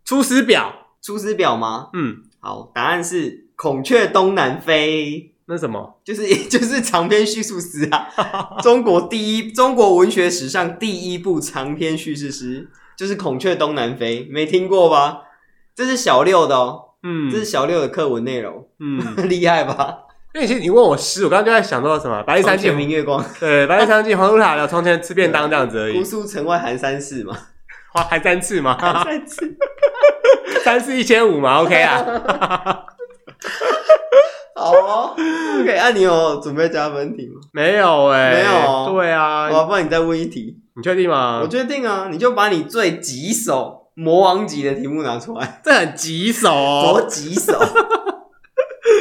[SPEAKER 2] 出师表
[SPEAKER 1] 出师表吗》。？
[SPEAKER 2] 嗯，
[SPEAKER 1] 好，答案是《孔雀东南飞》。
[SPEAKER 2] 那什么？
[SPEAKER 1] 就是 就是长篇叙述诗啊， 中国第一，中国文学史上第一部长篇叙事诗，就是《孔雀东南飞》，没听过吧？这是小六的哦，
[SPEAKER 2] 嗯，
[SPEAKER 1] 这是小六的课文内容，
[SPEAKER 2] 嗯，
[SPEAKER 1] 厉害吧？
[SPEAKER 2] 因为其实你问我诗，我刚刚就在想到什么白日
[SPEAKER 1] 三
[SPEAKER 2] 三
[SPEAKER 1] 千
[SPEAKER 2] 进，
[SPEAKER 1] 明月光，
[SPEAKER 2] 对，白日三进黄土塔了，从前吃便当这样子而
[SPEAKER 1] 姑
[SPEAKER 2] 已，
[SPEAKER 1] 苏城外寒山寺嘛，
[SPEAKER 2] 花还三次嘛，
[SPEAKER 1] 寒山寺。
[SPEAKER 2] 三次一千五嘛，OK 啊，
[SPEAKER 1] 好哦，OK，那、啊、 你有准备加分题吗？
[SPEAKER 2] 没有哎，
[SPEAKER 1] 没有
[SPEAKER 2] 对
[SPEAKER 1] 我
[SPEAKER 2] 啊，
[SPEAKER 1] 不然你再问一题，
[SPEAKER 2] 你确定吗
[SPEAKER 1] 我？决定哎啊，你就把你最棘手魔王级的题目拿出来，
[SPEAKER 2] 这很棘手
[SPEAKER 1] 多
[SPEAKER 2] 哦，
[SPEAKER 1] 棘 手，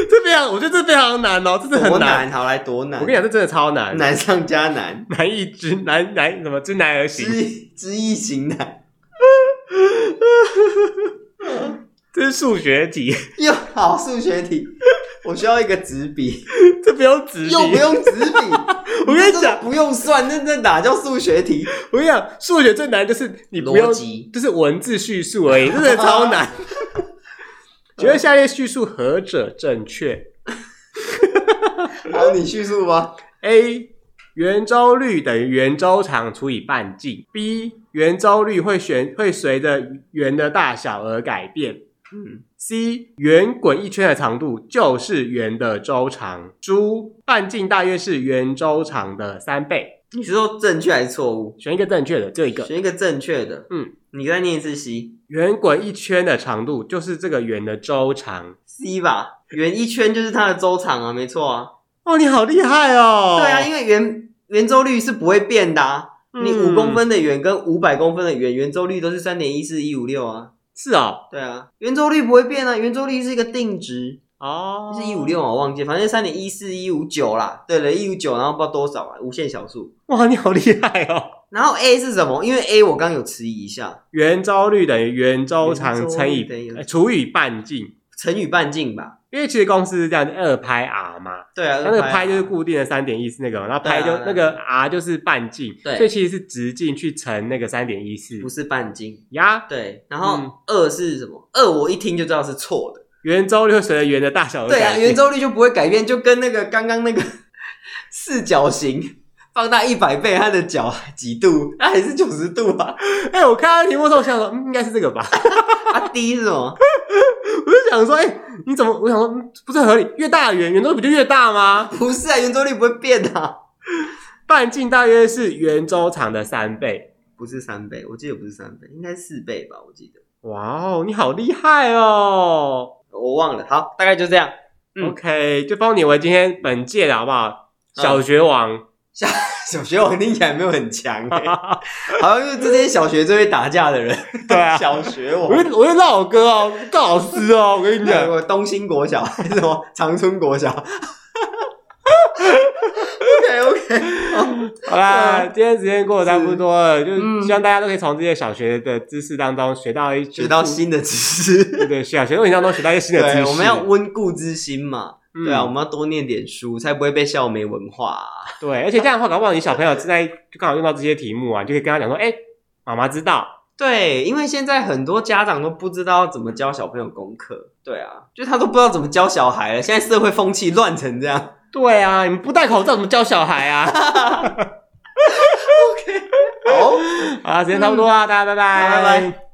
[SPEAKER 2] 这非常，我觉得这非常难哦，这真的
[SPEAKER 1] 多
[SPEAKER 2] 很难，
[SPEAKER 1] 难，好来多难，
[SPEAKER 2] 我跟你讲，这真的超难，
[SPEAKER 1] 难上加难。
[SPEAKER 2] 难易之难难什么知难而 行，
[SPEAKER 1] 知知易行难，
[SPEAKER 2] 这是数学题，
[SPEAKER 1] 又好数学题，我需要一个纸笔，
[SPEAKER 2] 这不用纸笔，
[SPEAKER 1] 又不用纸笔，
[SPEAKER 2] 我跟你
[SPEAKER 1] 这
[SPEAKER 2] 讲，
[SPEAKER 1] 不用算，那那哪叫数学题？
[SPEAKER 2] 我跟你讲，数学最难就是你不用
[SPEAKER 1] 逻辑，
[SPEAKER 2] 就是文字叙述而已，真的超 难。觉得下列叙述何者正确
[SPEAKER 1] 好，你叙述吧。
[SPEAKER 2] ？A. 圆周率等于圆周长除以半径。B. 圆周率会旋会随着圆的大小而改变。
[SPEAKER 1] 嗯，
[SPEAKER 2] C 圆滚一圈的长度就是圆的周长。猪半径大约是圆周长的三倍。
[SPEAKER 1] 你是说正确还是错误？
[SPEAKER 2] 选一个正确的，只有一个。
[SPEAKER 1] 选一个正确的。
[SPEAKER 2] 嗯，
[SPEAKER 1] 你再念一次 C
[SPEAKER 2] 圆滚一圈的长度就是这个圆的周长。
[SPEAKER 1] C 吧，圆一圈就是它的周长啊，没错啊。
[SPEAKER 2] 哦，你好厉害哦！
[SPEAKER 1] 对啊，因为圆圆周率是不会变的啊。
[SPEAKER 2] 嗯
[SPEAKER 1] 你五公分的圆跟五百公分的圆，圆周率都是三点一四一五六啊。
[SPEAKER 2] 是哦，
[SPEAKER 1] 对啊，圆周率不会变啊，圆周率是一个定值，
[SPEAKER 2] 哦，
[SPEAKER 1] 是一五六，我忘记，反正三点一四一五九啦。对了，一五九，然后不知道多少啊，无限小数。
[SPEAKER 2] 哇，你好厉害哦！
[SPEAKER 1] 然后 A 是什么？因为 A 我刚有迟疑一下，
[SPEAKER 2] 圆周率等于圆周
[SPEAKER 1] 圆
[SPEAKER 2] 长乘
[SPEAKER 1] 周率等
[SPEAKER 2] 以
[SPEAKER 1] 于
[SPEAKER 2] 呃除以半径，
[SPEAKER 1] 乘以半径吧。
[SPEAKER 2] 因为其实公式是这样的，二拍 r 嘛，
[SPEAKER 1] 对啊，
[SPEAKER 2] 它那个
[SPEAKER 1] 啊
[SPEAKER 2] 拍就是固定的三点一四那个嘛，然后拍
[SPEAKER 1] 对
[SPEAKER 2] 就
[SPEAKER 1] 啊
[SPEAKER 2] 那个 r 就是半径，
[SPEAKER 1] 对
[SPEAKER 2] 所以其实是直径去乘那个三点一四
[SPEAKER 1] 不是半径。
[SPEAKER 2] 呀。
[SPEAKER 1] 对，然
[SPEAKER 2] 嗯
[SPEAKER 1] 后二是什么？二我一听就知道是错的。
[SPEAKER 2] 圆周率会随着圆的大小而
[SPEAKER 1] 对啊，
[SPEAKER 2] 改变
[SPEAKER 1] 圆周率就不会改变，就跟那个刚刚那个 四角形放大一百倍，它的角几度，它还是九十度啊。
[SPEAKER 2] 哎、我看到题目的时候，我想说，嗯，应该是这个吧。
[SPEAKER 1] 啊，D 是什么？
[SPEAKER 2] 我就想说，哎、你怎么？我想说，嗯不是合理，越大的圆圆周率不就越大吗？
[SPEAKER 1] 不是啊，圆周率不会变的、啊，
[SPEAKER 2] 半径大约是圆周长的三倍。
[SPEAKER 1] 不是三倍，我记得不是三倍，应该是四倍吧，我记得
[SPEAKER 2] 哇哦，你好厉害哦、
[SPEAKER 1] 我忘了。好，大概就这样。嗯
[SPEAKER 2] OK，就封你为今天本届的好不好？小学 王，
[SPEAKER 1] 小学我听起来没有很强、欸， 好像就是这些小学最会打架的人。
[SPEAKER 2] 对啊
[SPEAKER 1] 小学我
[SPEAKER 2] 我就我就绕我哥哦，告老师哦，我跟你讲，
[SPEAKER 1] 我东兴国小还是什么长春国 小 ？OK OK，
[SPEAKER 2] 好啦，今天时间过得差不多了，就是
[SPEAKER 1] 嗯
[SPEAKER 2] 希望大家都可以从这些小学的知识当中学到一
[SPEAKER 1] 学到 新的知识。
[SPEAKER 2] 对对，小学问题当中学到一些新的知
[SPEAKER 1] 对，
[SPEAKER 2] 识。
[SPEAKER 1] 我们要温故知新嘛。
[SPEAKER 2] 嗯
[SPEAKER 1] 对啊，我们要多念点书，才不会被笑没文化啊、
[SPEAKER 2] 对，而且这样的话，搞不好你小朋友正在就刚好用到这些题目啊，你就可以跟他讲说，哎、妈妈知道，
[SPEAKER 1] 对，因为现在很多家长都不知道怎么教小朋友功课。对啊，就他都不知道怎么教小孩了。现在社会风气乱成这样。
[SPEAKER 2] 对啊，你们不戴口罩怎么教小孩啊？
[SPEAKER 1] 好。哦
[SPEAKER 2] 好，时间差不多啦，大家拜拜，
[SPEAKER 1] 拜拜。